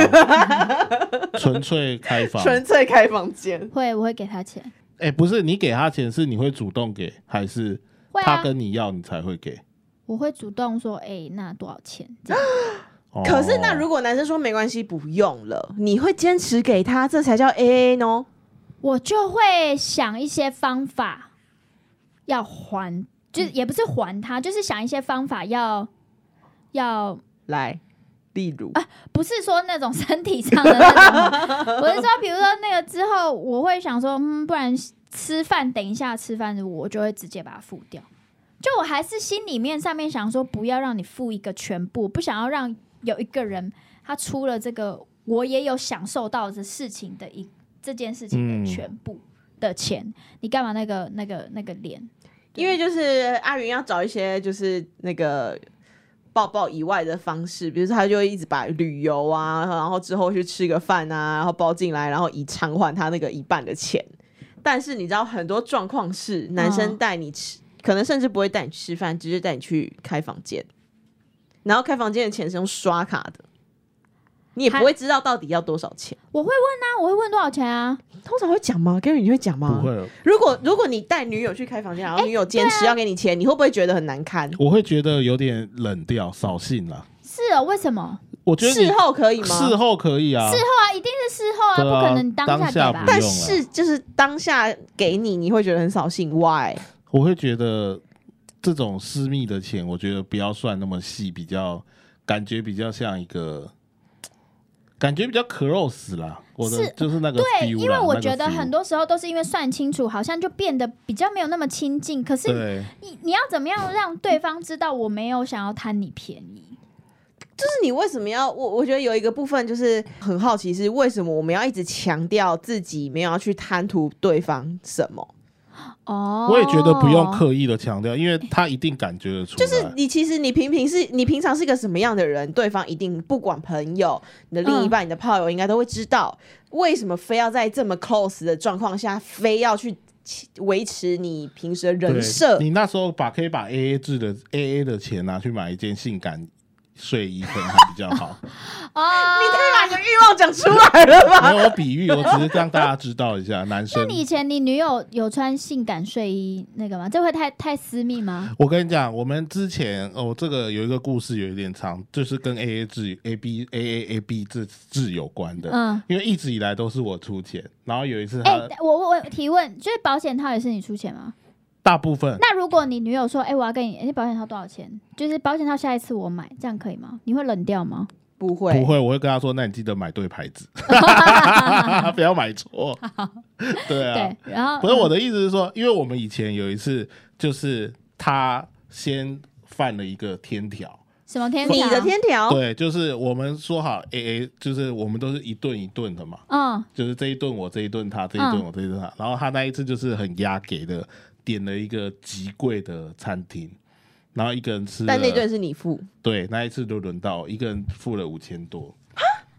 Speaker 3: 纯粹开房。
Speaker 1: 纯粹开房间，
Speaker 2: 会，我会给他钱，
Speaker 3: 哎，不是你给他钱，是你会主动给，还是
Speaker 2: 会
Speaker 3: 他
Speaker 2: 啊，
Speaker 3: 跟你要，你才会给？
Speaker 2: 我会主动说，哎、那多少钱？这样
Speaker 3: 哦
Speaker 1: 可是那如果男生说没关系不用了，你会坚持给他，这才叫 A A 呢？
Speaker 2: 我就会想一些方法要还，就是也不是还他，就是想一些方法要要
Speaker 1: 来，例如，
Speaker 2: 不是说那种 身体上的那种，我是说，比如说那个之后，我会想说，嗯，不然吃饭等一下吃饭，我就会直接把它付掉。就我还是心里面上面想说，不要让你付一个全部，不想要让有一个人他出了这个，我也有享受到的事情的一这件事情
Speaker 3: 嗯
Speaker 2: 的全部的钱，你干嘛那个那个那个脸？
Speaker 1: 因为就是阿云要找一些就是那个抱抱以外的方式，比如说他就会一直把旅游啊，然后之后去吃个饭啊，然后包进来，然后以偿还他那个一半的钱。但是你知道很多状况是男生带你吃，可能甚至不会带你吃饭，只是带你去开房间，然后开房间的钱是用刷卡的，你也不
Speaker 2: 还
Speaker 1: 会知道到底要多少钱。
Speaker 2: 我会问啊，我会问多少钱啊？
Speaker 1: 通常会讲吗？Gary，你会讲吗？
Speaker 3: 不。会，
Speaker 1: 如果如果你带女友去开房间，然后女友坚持要给你钱，你会不会觉得很难堪？
Speaker 3: 我会觉得有点冷掉、扫兴啦。
Speaker 2: 是哦，为什么？
Speaker 3: 我觉得你
Speaker 1: 事后可以吗？
Speaker 3: 事后可以啊，事后
Speaker 2: 对啊，一定是事后啊，
Speaker 3: 对啊
Speaker 2: 不可能当
Speaker 3: 当
Speaker 2: 下
Speaker 3: 下
Speaker 2: 给吧
Speaker 3: 不？
Speaker 1: 但
Speaker 3: 用啊
Speaker 1: 是就是当下给你，你会觉得很扫兴。Why？
Speaker 3: 我会觉得这种私密的钱，我觉得不要算那么细，比较感觉比较像一个。感觉比较 close 啦，我的
Speaker 2: 是
Speaker 3: 就是那个
Speaker 2: 对，
Speaker 3: feel 啦
Speaker 2: 因为我
Speaker 3: 那个
Speaker 2: 觉得很
Speaker 3: feel
Speaker 2: 多时候都是因为算清楚，好像就变得比较没有那么亲近。可是
Speaker 3: 对
Speaker 2: 你你要怎么样让对方知道我没有想要贪你便宜？
Speaker 1: 就是你为什么要我？我觉得有一个部分就是很好奇，是为什么我们要一直强调自己没有要去贪图对方什么？
Speaker 2: 哦，
Speaker 3: 我也觉得不用刻意的强调，因为他一定感觉得出来。
Speaker 1: 就是你其实你平平是你平常是个什么样的人，对方一定不管朋友、你的另一半、你的炮友，应该都会知道。为什么非要在这么 close 的状况下，非要去维持你平时的人
Speaker 3: 对
Speaker 1: 设？
Speaker 3: 你那时候把可以把 A A 制的 A A 的钱拿去买一件性感睡衣，可能还比较好。
Speaker 2: 哦，
Speaker 1: 你太把你的欲望讲出来了吧？
Speaker 3: 没有我比喻，我只是让大家知道一下，男
Speaker 2: 那
Speaker 3: 生。
Speaker 2: 你以前你女友有穿性感睡衣那个吗？这会太太私密吗？
Speaker 3: 我跟你讲，我们之前哦，这个有一个故事有一点长，就是跟 A A 制、A B、A A A B 制制有关的。
Speaker 2: 嗯，
Speaker 3: 因为一直以来都是我出钱，然后有一次
Speaker 2: 哎、
Speaker 3: 他
Speaker 2: 我我我提问，就是保险套也是你出钱吗？
Speaker 3: 大部分
Speaker 2: 那如果你女友说，哎、我要跟你，哎你保险套多少钱？就是保险套下一次我买，这样可以吗？你会冷掉吗？
Speaker 1: 不会，
Speaker 3: 不会，我会跟他说，那你记得买对牌 子，不要买错。对啊，
Speaker 2: 对，然后
Speaker 3: 不是我的意思是说，因为我们以前有一次，就是他先犯了一个天条，
Speaker 2: 什么天
Speaker 1: 你的，天条，
Speaker 3: 对，就是我们说好 A A，就是我们都是一顿一顿的嘛，
Speaker 2: 嗯，
Speaker 3: 就是这一顿我，这一顿他，这一
Speaker 1: 嗯
Speaker 3: 顿我，这一顿他。然后他那一次就是很压给的，点了一个极贵的餐厅，然后一个人吃了，
Speaker 1: 但那顿是你付，
Speaker 3: 对，那一次就轮到一个人付了五千多，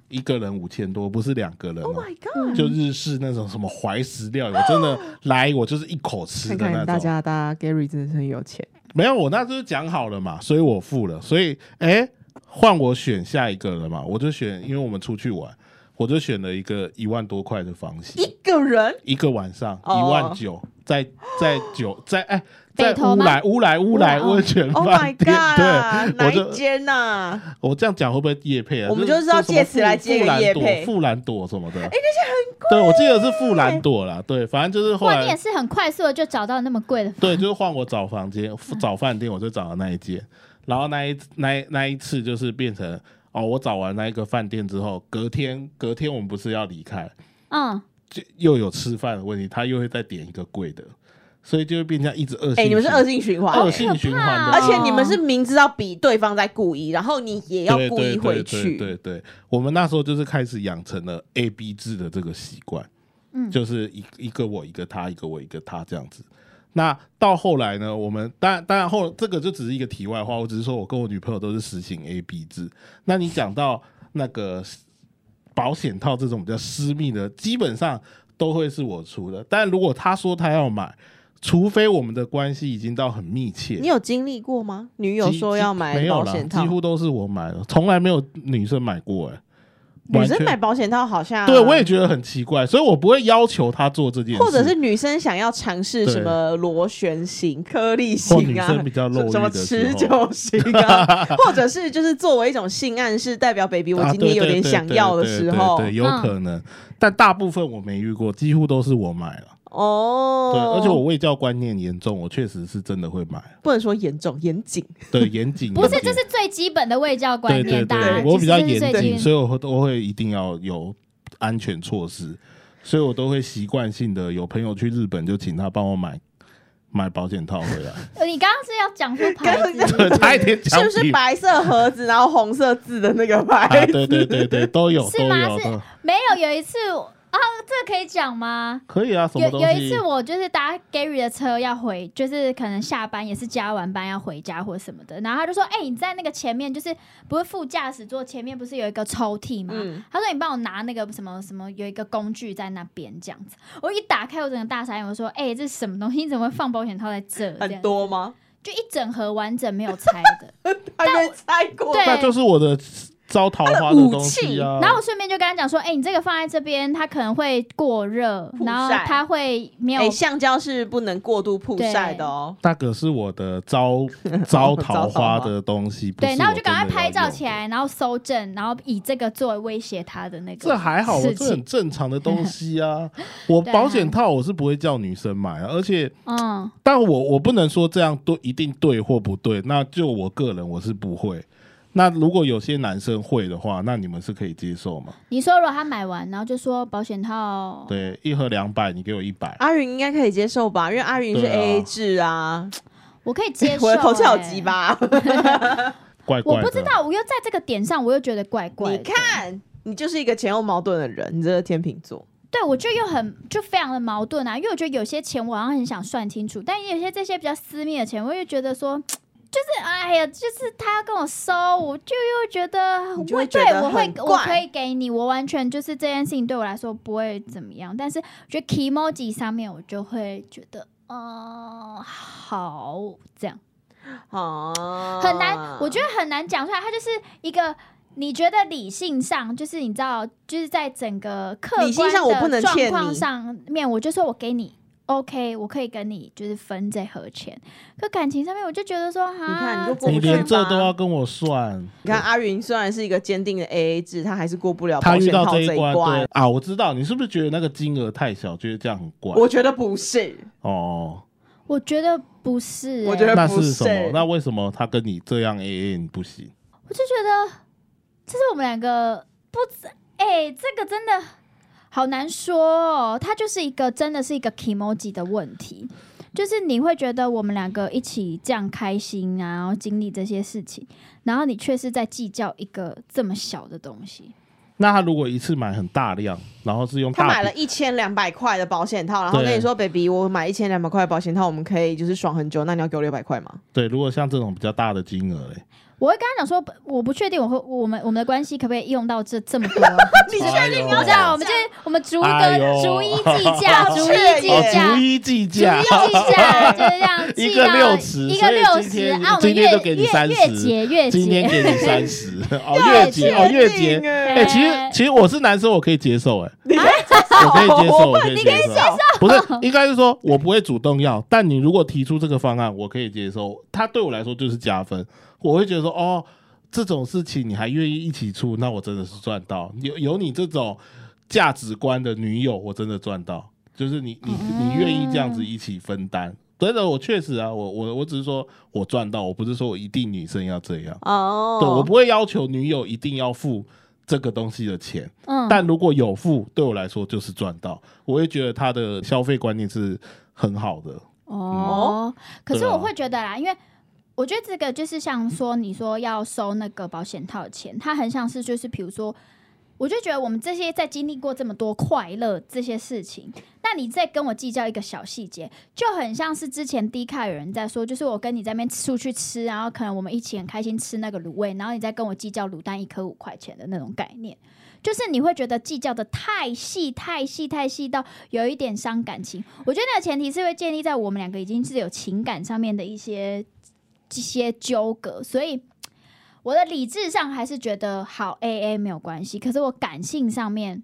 Speaker 3: 一个人五千多，不是两个人、哦。
Speaker 1: My God！
Speaker 3: 就日式那种什么怀石料理，我真的来我就是一口吃
Speaker 1: 看
Speaker 3: 的
Speaker 1: 看
Speaker 3: 那
Speaker 1: 大
Speaker 3: 种。
Speaker 1: 家，大家 Gary 真的是很有钱，
Speaker 3: 没有，我那就是讲好了嘛，所以我付了。所以，哎、换我选下一个了嘛，我就选，因为我们出去玩，我就选了一个一万多块的房型，
Speaker 1: 一个 人
Speaker 3: 一个晚上
Speaker 1: 哦
Speaker 3: 一万九，在在九在哎在
Speaker 2: 北投
Speaker 3: 乌
Speaker 2: 吗
Speaker 3: 来乌来乌
Speaker 2: 乌来
Speaker 3: 来
Speaker 2: 哦
Speaker 3: 温泉
Speaker 1: ，Oh my
Speaker 3: 饭店，
Speaker 1: God！
Speaker 3: 对，
Speaker 1: 哪
Speaker 3: 我
Speaker 1: 一
Speaker 3: 就
Speaker 1: 间啊呐？
Speaker 3: 我哦这样讲会不会夜配啊？
Speaker 1: 我们
Speaker 3: 就
Speaker 1: 就是要借此来接个业配
Speaker 3: 富兰朵什么的，哎，那些很贵。对，我记得是富兰朵啦，对，反正就是后
Speaker 2: 哇，你也
Speaker 3: 来。
Speaker 2: 是很快速的就找到那么贵的，
Speaker 3: 对，就是换我找房间、找饭店，我就找了那一间。然后那一那一那一次就是变成哦，我找完那一个饭店之后，隔天隔天我们不是要离开，
Speaker 2: 嗯，
Speaker 3: 就又有吃饭的问题，他又会再点一个贵的，所以就会变成这样一直恶性循环。
Speaker 1: 哎，你们是恶性循环，
Speaker 3: 恶
Speaker 1: 哎
Speaker 3: 性循环
Speaker 2: 啊
Speaker 3: 的，
Speaker 1: 而且你们是明知道比对方在故意，然后你也要
Speaker 3: 对
Speaker 1: 故意回
Speaker 3: 对
Speaker 1: 去，
Speaker 3: 对对对对我们那时候就是开始养成了 A B 制的这个习惯，
Speaker 2: 嗯
Speaker 3: 就是一一个我一个他，一个我一个他这样子。那到后来呢，我们当然当然后这个就只是一个题外话，我只是说我跟我女朋友都是实行 A B 制。那你讲到那个保险套这种比较私密的，基本上都会是我出的。但如果他说他要买，除非我们的关系已经到很密切，
Speaker 1: 你有经历过吗？女友
Speaker 3: 几
Speaker 1: 说
Speaker 3: 几
Speaker 1: 要
Speaker 3: 没
Speaker 1: 买
Speaker 3: 有
Speaker 1: 保
Speaker 3: 啦
Speaker 1: 险
Speaker 3: 几
Speaker 1: 套，
Speaker 3: 乎都是我买的，从来没有女生买过、哎，
Speaker 1: 女
Speaker 3: 完
Speaker 1: 生
Speaker 3: 全
Speaker 1: 买保险套好像
Speaker 3: 对我也觉得很奇怪，所以我不会要求她做这件事，
Speaker 1: 或者是女生想要尝试什么螺旋形、颗粒
Speaker 3: 或女
Speaker 1: 形啊
Speaker 3: 生，比较露
Speaker 1: 什
Speaker 3: 力
Speaker 1: 什么
Speaker 3: 的
Speaker 1: 持
Speaker 3: 时候。
Speaker 1: 久型 啊，或者是就是作为一种性暗示，代表 baby 我
Speaker 3: 啊
Speaker 1: 今天有点想要的时候
Speaker 3: 对对对对对对，有
Speaker 2: 嗯
Speaker 3: 可能，但大部分我没遇过，几乎都是我买了。
Speaker 1: 哦，
Speaker 3: 对，而且我卫教观念严重，我确实是真的会买。
Speaker 1: 不能说严重严 谨，
Speaker 3: 对，严谨。
Speaker 2: 不是，
Speaker 3: 严谨
Speaker 2: 这是最基本的卫教观
Speaker 3: 对对
Speaker 2: 念，大家
Speaker 3: 对，
Speaker 2: 其
Speaker 3: 我
Speaker 2: 实
Speaker 3: 比较
Speaker 2: 这是
Speaker 3: 严
Speaker 2: 最基
Speaker 3: 谨，
Speaker 2: 本
Speaker 3: 所以我会都会一定要有安全措施，所以我都会习惯性的有朋友去日本就请他帮我买买保险 套回来。
Speaker 2: 呃你刚刚是要 讲出牌
Speaker 1: 刚刚
Speaker 2: 子，
Speaker 3: 对，差一点讲
Speaker 1: 是不是
Speaker 3: ผิด
Speaker 1: 白色盒子，然后红色字的那个牌
Speaker 3: 啊？
Speaker 1: 子？
Speaker 3: 对对对对，都有
Speaker 2: 是
Speaker 3: 都
Speaker 2: 吗
Speaker 3: 有
Speaker 2: 是
Speaker 3: 都
Speaker 2: 没有有一次我啊，这个可以讲吗？
Speaker 3: 可以啊，什么
Speaker 2: 有
Speaker 3: 东
Speaker 2: 有一
Speaker 3: 西
Speaker 2: 次我就是搭 Gary 的车要回，就是可能下班也是加完班要回家或什么的，然后他就说：“哎、你在那个前面，就是不是副驾驶座前面不是有一个抽屉吗？”
Speaker 1: 嗯
Speaker 2: 他说：“你帮我拿那个什么什么，有一个工具在那边这样子。”我一打开，我整个大傻眼，我说：“哎、这是什么东西？你怎么会放保险套在这？”这
Speaker 1: 很
Speaker 2: 样
Speaker 1: 多吗？
Speaker 2: 就一整盒完整没有拆 的。
Speaker 1: 还没猜过。
Speaker 2: 对
Speaker 3: 那就是我的招桃花的东西啊。
Speaker 2: 然后我顺便就跟他讲说：“哎、你这个放在这边，它可能会过热，
Speaker 1: 曝
Speaker 2: 然后
Speaker 1: 晒
Speaker 2: 它会没有
Speaker 1: 哎，橡胶是不能过度曝晒的哦。
Speaker 3: 那个是我的 招招
Speaker 1: 招
Speaker 3: 桃
Speaker 1: 桃花
Speaker 3: 花的东西，不
Speaker 2: 对，
Speaker 3: 是
Speaker 2: 然后
Speaker 3: 我
Speaker 2: 就赶快
Speaker 3: 真的要
Speaker 2: 拍照
Speaker 3: 用
Speaker 2: 起
Speaker 3: 的。
Speaker 2: 来，然后搜证，然后以这个作为威胁他的那个。
Speaker 3: 这还好吧，
Speaker 2: 事
Speaker 3: 这
Speaker 2: 情
Speaker 3: 很正常的东西 啊。我
Speaker 2: 对啊
Speaker 3: 保险套我是不会叫女生买、啊，而且，
Speaker 2: 嗯，
Speaker 3: 但我我不能说这样对一定对或不对。那就我个人我是不会。那如果有些男生会的话，那你们是可以接受吗？
Speaker 2: 你说如果他买完，然后就说保险套，
Speaker 3: 对，一盒两百，你给我一百，
Speaker 1: 阿云应该可以接受吧，因为阿云是
Speaker 3: 对啊
Speaker 1: A A 制啊。
Speaker 2: 我可以接 受、
Speaker 1: 我的口气好
Speaker 2: 欸
Speaker 1: 急？吧？
Speaker 3: 怪怪
Speaker 2: 我
Speaker 3: 的。
Speaker 2: 不知道，我又在这个点上，我又觉得怪 怪
Speaker 1: 你
Speaker 2: 的。
Speaker 1: 看，你就是一个前后矛盾的人，你这个天秤座。
Speaker 2: 对，我就又很就非常的矛盾啊，因为我觉得有些钱我好像很想算清楚，但也有些这些比较私密的钱，我又觉得说，就是哎呀，就是他要跟我收，我就又觉得
Speaker 1: 你就
Speaker 2: 我
Speaker 1: 会觉
Speaker 2: 对
Speaker 1: 得
Speaker 2: 我会
Speaker 1: 很
Speaker 2: 我
Speaker 1: 怪
Speaker 2: 可以给你，我完全就是这件事情对我来说不会怎么样，但是我觉得 emoji 上面我就会觉得。嗯，好，这样
Speaker 1: 啊，
Speaker 2: 哦很难，我觉得很难讲出来。它就是一个你觉得理性上，就是你知道，就是在整个客观
Speaker 1: 理性上我不
Speaker 2: 的
Speaker 1: 能
Speaker 2: 状
Speaker 1: 欠
Speaker 2: 况
Speaker 1: 你
Speaker 2: 上面，我就说我给你 OK，我可以跟你就是分这盒钱。可感情上面，我就觉得说，哈，
Speaker 1: 你看你就过
Speaker 3: 你
Speaker 1: 不去
Speaker 3: 连这
Speaker 1: 吧
Speaker 3: 都要跟我算？
Speaker 1: 你看阿云虽然是一个坚定的 AA 制，他还是过不了
Speaker 3: 他
Speaker 1: 保
Speaker 3: 遇
Speaker 1: 险
Speaker 3: 到
Speaker 1: 套
Speaker 3: 这
Speaker 1: 一
Speaker 3: 关，对啊，我知道你是不是觉得那个金额太小，觉得这样很怪？
Speaker 1: 我觉得不是，
Speaker 3: 哦，
Speaker 2: 我觉得不是、欸，
Speaker 1: 我觉得
Speaker 3: 那
Speaker 1: 不
Speaker 3: 是什么
Speaker 1: 是？
Speaker 3: 那为什么他跟你这样 AA 你不行？
Speaker 2: 我就觉得这是我们两个不知，哎、这个真的好难说哦。它就是一个真的是一个 emoji 的问题，就是你会觉得我们两个一起这样开心啊，然后经历这些事情，然后你却是在计较一个这么小的东西。
Speaker 3: 那他如果一次买很大量，然后是用
Speaker 1: 他
Speaker 3: 大
Speaker 1: 买
Speaker 3: 笔
Speaker 1: 了一千两百块的保险套，然后
Speaker 3: 对
Speaker 1: 跟你说，baby，我买一千两百块的保险套，我们可以就是爽很久，那你要给我六百块吗？
Speaker 3: 对，如果像这种比较大的金额嘞，
Speaker 2: 我会跟他讲说，我不确定我会我们我们的关系可不可以用到这这么多。啊
Speaker 1: 你
Speaker 3: 确定你
Speaker 2: 你知道，我们就我们逐
Speaker 3: 啊哎
Speaker 2: 个
Speaker 3: 呦
Speaker 2: 逐一计价，
Speaker 1: 抱
Speaker 2: 逐
Speaker 1: 歉
Speaker 2: 一计
Speaker 1: 耶
Speaker 2: 价，
Speaker 3: 哦，逐
Speaker 2: 就是要
Speaker 3: 一 计价，
Speaker 2: 计价，就是这样，
Speaker 3: 一
Speaker 2: 计
Speaker 3: 个
Speaker 2: 到
Speaker 3: 60
Speaker 2: 一
Speaker 3: 所
Speaker 2: 个
Speaker 3: 以
Speaker 2: 六
Speaker 3: 今
Speaker 2: 十
Speaker 3: 天
Speaker 2: 啊，我
Speaker 3: 今
Speaker 2: 们
Speaker 3: 天
Speaker 2: 越
Speaker 3: 都给你
Speaker 2: 越
Speaker 3: 30
Speaker 2: 越结越
Speaker 3: 今天
Speaker 2: 结，
Speaker 3: 给你三十，哦，
Speaker 1: 越
Speaker 3: 月结，哦，月结，哎、
Speaker 1: 哎
Speaker 3: 其实其实我是男生，我可以接受、哎，
Speaker 1: 你可以接
Speaker 3: 我可以接受，我
Speaker 1: 我
Speaker 3: 可以
Speaker 1: 你
Speaker 3: 接
Speaker 1: 可以
Speaker 3: 受，不 是，应该是说我不会主动要，但你如果提出这个方案，我可以接受，它对我来说就是加分，我会觉得说，哦，这种事情你还愿意一起出，那我真的是赚到，有有你这种价值观的女友，我真的赚到，就是你你你愿意这样子一起分担。真的，我确实啊，我我我只是说我赚到，我不是说我一定女生要这样，
Speaker 1: 哦，
Speaker 3: 对我不会要求女友一定要付这个东西的钱，
Speaker 2: 嗯，
Speaker 3: 但如果有付，对我来说就是赚到。我会觉得他的消费观念是很好的。
Speaker 2: 哦，可是
Speaker 3: 对啊
Speaker 2: 我会觉得啦，因为。我觉得这个就是像说，你说要收那个保险套的钱，它很像是就是比如说，我就觉得我们这些在经历过这么多快乐这些事情，那你再跟我计较一个小细节，就很像是之前 D 卡有人在说，就是我跟你在那边出去吃，然后可能我们一起很开心吃那个卤味，然后你再跟我计较卤蛋一颗五块钱的那种概念，就是你会觉得计较的太细、太细、太细到有一点伤感情。我觉得那个前提是会建立在我们两个已经是有情感上面的一些一些纠葛，所以。我的理智上还是觉得好 A A 没有关系，可是我感性上面，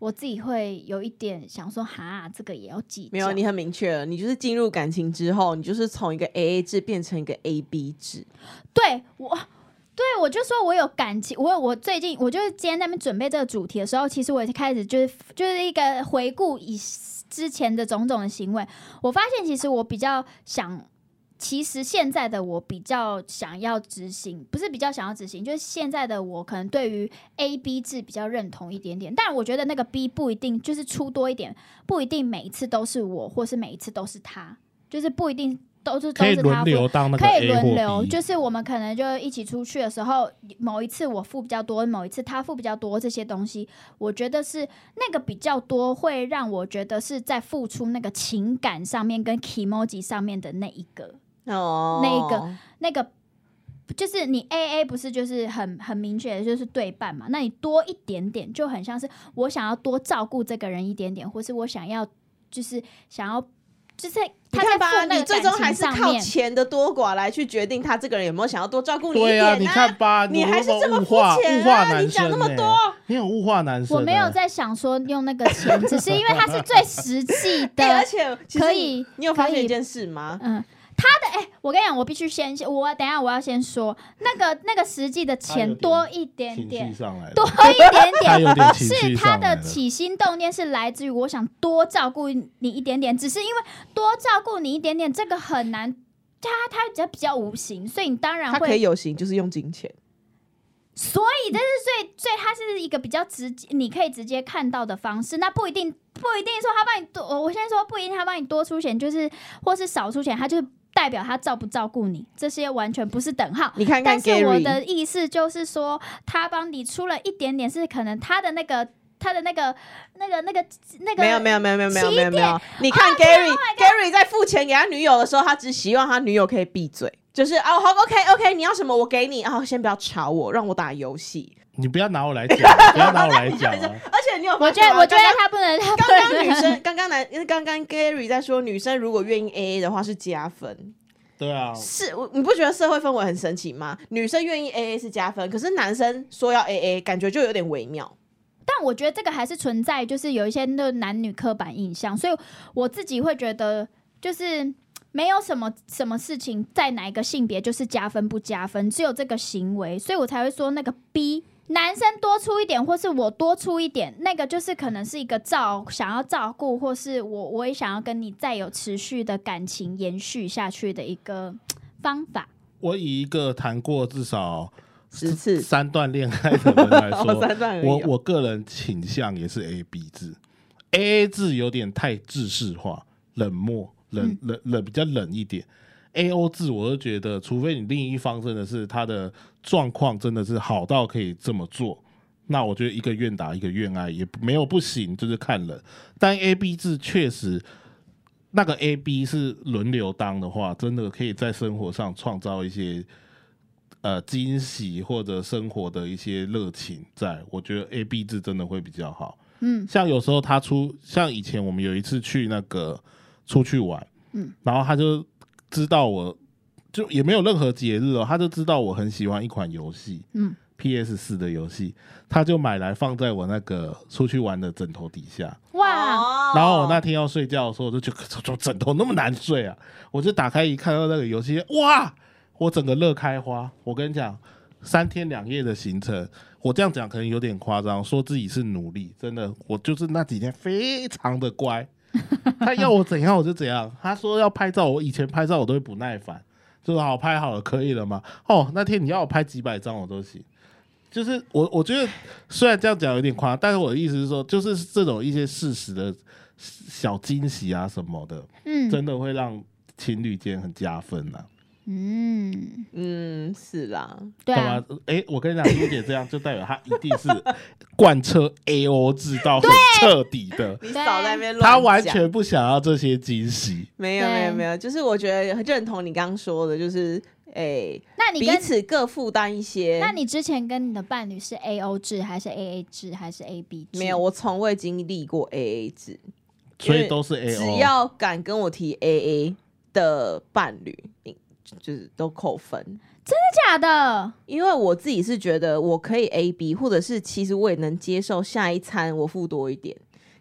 Speaker 2: 我自己会有一点想说，哈，这个也要计较。
Speaker 1: 没有，你很明确了，你就是进入感情之后，你就是从一个 AA 制变成一个 AB 制，
Speaker 2: 对我，对我就说我有感情，我有我最近我就是今天在那边准备这个主题的时候，其实我也开始就是就是一个回顾以之前的种种的行为，我发现其实我比较想。其实现在的我比较想要执行，不是比较想要执行，就是现在的我可能对于 A B 制比较认同一点点，但我觉得那个 B 不一定就是出多一点，不一定每一次都是我，或是每一次都是他，就是不一定都是都
Speaker 3: 可以
Speaker 2: 是他
Speaker 3: 轮
Speaker 2: 付
Speaker 3: 流当那个
Speaker 2: 可
Speaker 3: A
Speaker 2: 以轮
Speaker 3: 或
Speaker 2: 流，就
Speaker 3: B，
Speaker 2: 是我们可能就一起出去的时候，某一次我付比较多，某一次他付比较多，这些东西，我觉得是那个比较多，会让我觉得是在付出那个情感上面跟 emoji 上面的那一个，
Speaker 1: 哦，
Speaker 2: 那一个那个就是你 A A 不是就是很很明确的就是对半嘛？那你多一点点，就很像是我想要多照顾这个人一点点，或是我想要就是想要就是
Speaker 1: 你
Speaker 2: 他在
Speaker 1: 看吧，
Speaker 2: 付那
Speaker 1: 你
Speaker 2: 个
Speaker 1: 最
Speaker 2: 感
Speaker 1: 终还
Speaker 2: 情
Speaker 1: 是
Speaker 2: 上
Speaker 1: 靠
Speaker 2: 面。
Speaker 1: 钱的多寡来去决定他这个人有没有想要多照顾你一
Speaker 3: 对
Speaker 1: 点
Speaker 3: 啊，
Speaker 1: 啊。
Speaker 3: 你看吧，
Speaker 1: 你
Speaker 3: 有
Speaker 1: 还是
Speaker 3: 没有
Speaker 1: 这么
Speaker 3: 物化
Speaker 1: 肤浅啊
Speaker 3: 物化男
Speaker 1: 你讲那
Speaker 3: 生
Speaker 1: 么
Speaker 3: 欸
Speaker 1: 多，
Speaker 3: 你很物化男生欸。
Speaker 2: 我没有在想说用那个钱，只是因为它是最实 际
Speaker 1: 对，哎而
Speaker 3: 哎
Speaker 2: 的。
Speaker 1: 且其实
Speaker 2: 啊可以
Speaker 1: 你有发
Speaker 2: 可
Speaker 1: 现
Speaker 2: 以
Speaker 1: 一件事吗？
Speaker 2: 嗯，他的哎、我跟你讲，我必须先，我等一下我要先说那个那个实际的
Speaker 3: 他有
Speaker 2: 钱
Speaker 3: 点
Speaker 2: 多一点
Speaker 3: 情绪
Speaker 2: 点，
Speaker 3: 上来了，
Speaker 2: 多一点
Speaker 3: 他
Speaker 2: 点。
Speaker 3: 有点情绪
Speaker 2: 是他
Speaker 3: 上来
Speaker 2: 的
Speaker 3: 了。
Speaker 2: 起心动念是来自于我想多照顾你一点点，只是因为多照顾你一点点这个很难，他他比较比较无形，所以你当然
Speaker 1: 他可
Speaker 2: 会
Speaker 1: 以有形，就是用金钱。
Speaker 2: 所以这是最最，它是一个比较直接，你可以直接看到的方式。那不一定，不一定说他帮你多，我我现在说不一定他帮你多出钱，就是或是少出钱，他就是代表他照不照顾你，这些完全不是等号。
Speaker 1: 你看看
Speaker 2: 但是我
Speaker 1: Gary，
Speaker 2: 的意思就是说，他帮你出了一点点，是可能他的那个他的那个那个那个那个
Speaker 1: 没有没有没有没有没有没有没有，你看
Speaker 2: 天
Speaker 1: Gary Gary 在付钱给他女友的时候，他只希望他女友可以闭嘴，就是哦好 OK OK，你要什么我给你，哦先不要吵我，让我打游戏。
Speaker 3: 你不要拿我来讲，不要拿我来讲啊！
Speaker 1: 而且你有
Speaker 2: 我
Speaker 1: 发
Speaker 2: 觉
Speaker 1: 现
Speaker 2: 得
Speaker 1: 吗
Speaker 2: 我觉得
Speaker 1: 刚刚
Speaker 2: 他不能，他 不
Speaker 1: 刚
Speaker 2: 能
Speaker 1: 刚女生，刚刚男，刚刚 Gary 在说，女生如果愿意 AA 的话是加分，
Speaker 3: 对啊，
Speaker 1: 是，我你不觉得社会氛围很神奇吗？女生愿意 A A 是加分，可是男生说要 A A，感觉就有点微妙。
Speaker 2: 但我觉得这个还是存在，就是有一些那男女刻板印象，所以我自己会觉得，就是没有什么什么事情在哪一个性别就是加分不加分，只有这个行为，所以我才会说那个 B 男生多出一点，或是我多出一点，那个就是可能是一个照想要照顾，或是我我也想要跟你再有持续的感情延续下去的一个方法。
Speaker 3: 我以一个谈过至少
Speaker 1: 十 次
Speaker 3: 三段恋爱的人来说，
Speaker 1: 哦 三段而已
Speaker 3: 我
Speaker 1: 哦
Speaker 3: 我个人倾向也是 A B 制，A A 制有点太制式化，冷漠，
Speaker 1: 嗯
Speaker 3: 冷冷冷比较冷一点。A O 制，我就觉得，除非你另一方真的是他的状况真的是好到可以这么做，那我觉得一个愿打一个愿挨也没有不行，就是看人。但 A B 制确实，那个 A B 是轮流当的话，真的可以在生活上创造一些呃惊喜或者生活的一些热情在，我觉得 A B 制真的会比较好。
Speaker 2: 嗯，
Speaker 3: 像有时候他出，像以前我们有一次去那个出去玩，
Speaker 2: 嗯，
Speaker 3: 然后他就知道我就也没有任何节日哦，他就知道我很喜欢一款游戏，
Speaker 2: 嗯
Speaker 3: ，PS 四的游戏，他就买来放在我那个出去玩的枕头底下，
Speaker 2: 哇，
Speaker 1: 哦
Speaker 3: 然后我那天要睡觉的时候，我就觉得怎么枕头那么难睡啊！我就打开一看到那个游戏，哇，我整个乐开花。我跟你讲，三天两夜的行程，我这样讲可能有点夸张，说自己是奴隶，真的，我就是那几天非常的乖。他要我怎样我就怎样，他说要拍照，我以前拍照我都会不耐烦，就是好拍好了可以了嘛。哦，那天你要我拍几百张我都行。就是我，我觉得虽然这样讲有点夸张，但是我的意思是说，就是这种一些事实的小惊喜啊什么的，
Speaker 2: 嗯
Speaker 3: 真的会让情侣间很加分呐、啊。
Speaker 2: 嗯，
Speaker 1: 嗯，是啦，
Speaker 2: 对啊
Speaker 3: 干，嘛？哎、我跟你讲，朱姐这样就代表她一定是 贯彻 A O 制到很彻底的，
Speaker 1: 你
Speaker 2: 啊
Speaker 1: 少在那边乱
Speaker 3: 她完
Speaker 1: 讲
Speaker 3: 全不想要这些惊喜。
Speaker 1: 没有没有
Speaker 2: 对
Speaker 1: 没有，就是我觉得认同你刚刚说的，就是诶、
Speaker 2: 那你
Speaker 1: 彼
Speaker 2: 跟
Speaker 1: 此各负担一些。
Speaker 2: 那你之前跟你的伴侣是 A O 制还是 A A 制还是 A B 制？
Speaker 1: 没有，我从未经历过 A A 制，
Speaker 3: 所以都是 A
Speaker 1: 只
Speaker 3: O，
Speaker 1: 要敢跟我提 A A 的伴侣，你就是都扣分。
Speaker 2: 假的，
Speaker 1: 因为我自己是觉得我可以 A B，或者是其实我也能接受下一餐我付多一点，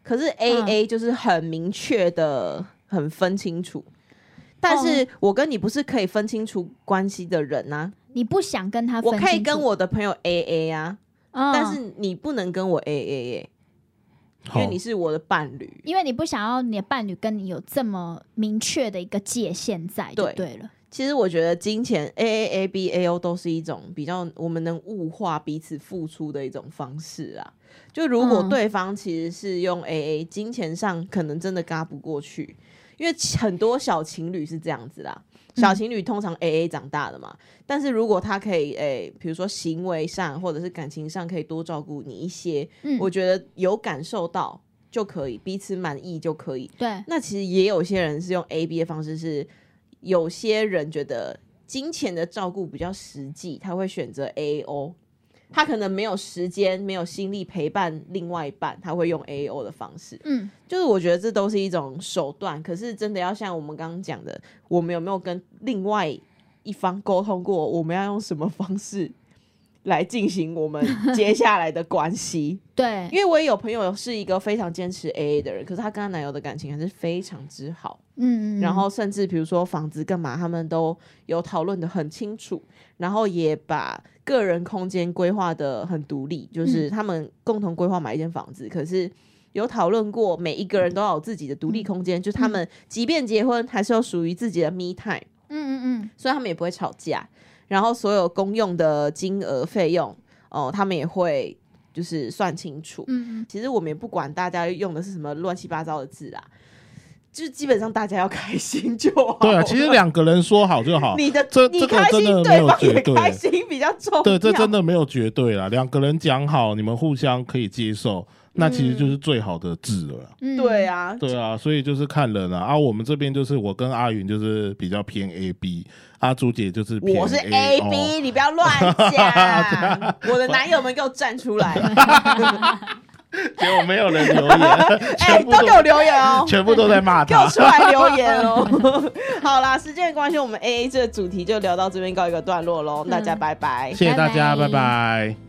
Speaker 1: 可
Speaker 2: 嗯
Speaker 1: 是 A A 就是很明确的、很分清楚。但
Speaker 2: 哦
Speaker 1: 是我跟你不是可以分清楚关系的人呐、
Speaker 2: 你不想跟他
Speaker 1: 啊，
Speaker 2: 分
Speaker 1: 我
Speaker 2: 清楚，
Speaker 1: 可以跟我的朋友 A A 啊，
Speaker 2: 嗯，
Speaker 1: 但是你不能跟我 A A 耶，因为你是我的伴侣。
Speaker 2: 因为你不想要你的伴侣跟你有这么明确的一个界限在，就
Speaker 1: 对
Speaker 2: 对了。
Speaker 1: 其实我觉得金钱 A A A B A O 都是一种比较我们能物化彼此付出的一种方式啊。就如果
Speaker 2: 嗯
Speaker 1: 对方其实是用 A A，金钱上可能真的嘎不过去，因为很多小情侣是这样子啦。
Speaker 2: 嗯
Speaker 1: 小情侣通常 A A 长大的嘛，但是如果他可以诶、比如说行为上或者是感情上可以多照顾你一些，
Speaker 2: 嗯
Speaker 1: 我觉得有感受到就可以，彼此满意就可以。
Speaker 2: 嗯对，
Speaker 1: 那其实也有些人是用 A B 的方式是，有些人觉得金钱的照顾比较实际，他会选择 A O，他可能没有时间、没有心力陪伴另外一半，他会用 A O 的方式。
Speaker 2: 嗯，
Speaker 1: 就是我觉得这都是一种手段，可是真的要像我们刚刚讲的，我们有没有跟另外一方沟通过，我们要用什么方式来进行我们接下来的关系？
Speaker 2: 对，
Speaker 1: 因为我也有朋友是一个非常坚持 AA 的人，可是她跟她男友的感情还是非常之好，
Speaker 2: 嗯，嗯
Speaker 1: 然后甚至比如说房子干嘛，他们都有讨论的很清楚，然后也把个人空间规划的很独立，就是他们共同规划买一间房子，可是。有讨论过，每一个人都要有自己的独立空间，就是他们即便结婚，还是有属于自己的 me time。
Speaker 2: 嗯嗯
Speaker 1: 所以他们也不会吵架。然后所有公用的金额费用，哦、他们也会就是算清楚。
Speaker 2: 嗯嗯
Speaker 1: 其实我们也不管大家用的是什么乱七八糟的字啦，就是基本上大家要开心就好。
Speaker 3: 对啊，其实两个人说好就好，
Speaker 1: 你的
Speaker 3: 这
Speaker 1: 你
Speaker 3: 这个
Speaker 1: 开心，
Speaker 3: 真的没
Speaker 1: 对
Speaker 3: 有
Speaker 1: 方
Speaker 3: 绝
Speaker 1: 也
Speaker 3: 对
Speaker 1: 开心比较重要。
Speaker 3: 对，这真的没有绝对啦，两个人讲好，你们互相可以接受，那其实就是最好的制了啦。
Speaker 2: 嗯，
Speaker 1: 对
Speaker 2: 啊，
Speaker 1: 啊，
Speaker 3: 对啊，所以就是看人啊。啊，我们这边就是我跟阿云就是比较偏 A B，阿朱姐就是偏
Speaker 1: 我是
Speaker 3: A 哦
Speaker 1: A B，、你不 要乱讲。我的男友们给我站出来！
Speaker 3: 结果没有人留言，
Speaker 1: 哎、
Speaker 3: 全部
Speaker 1: 都给我留言哦，
Speaker 3: 全部都在骂
Speaker 1: 给我
Speaker 3: 他。
Speaker 1: 出来留言哦。好啦，时间的关系，我们 A A 这个主题就聊到这边告一个段落喽，大家拜拜。
Speaker 3: 谢谢大家，
Speaker 2: 拜拜
Speaker 3: 拜拜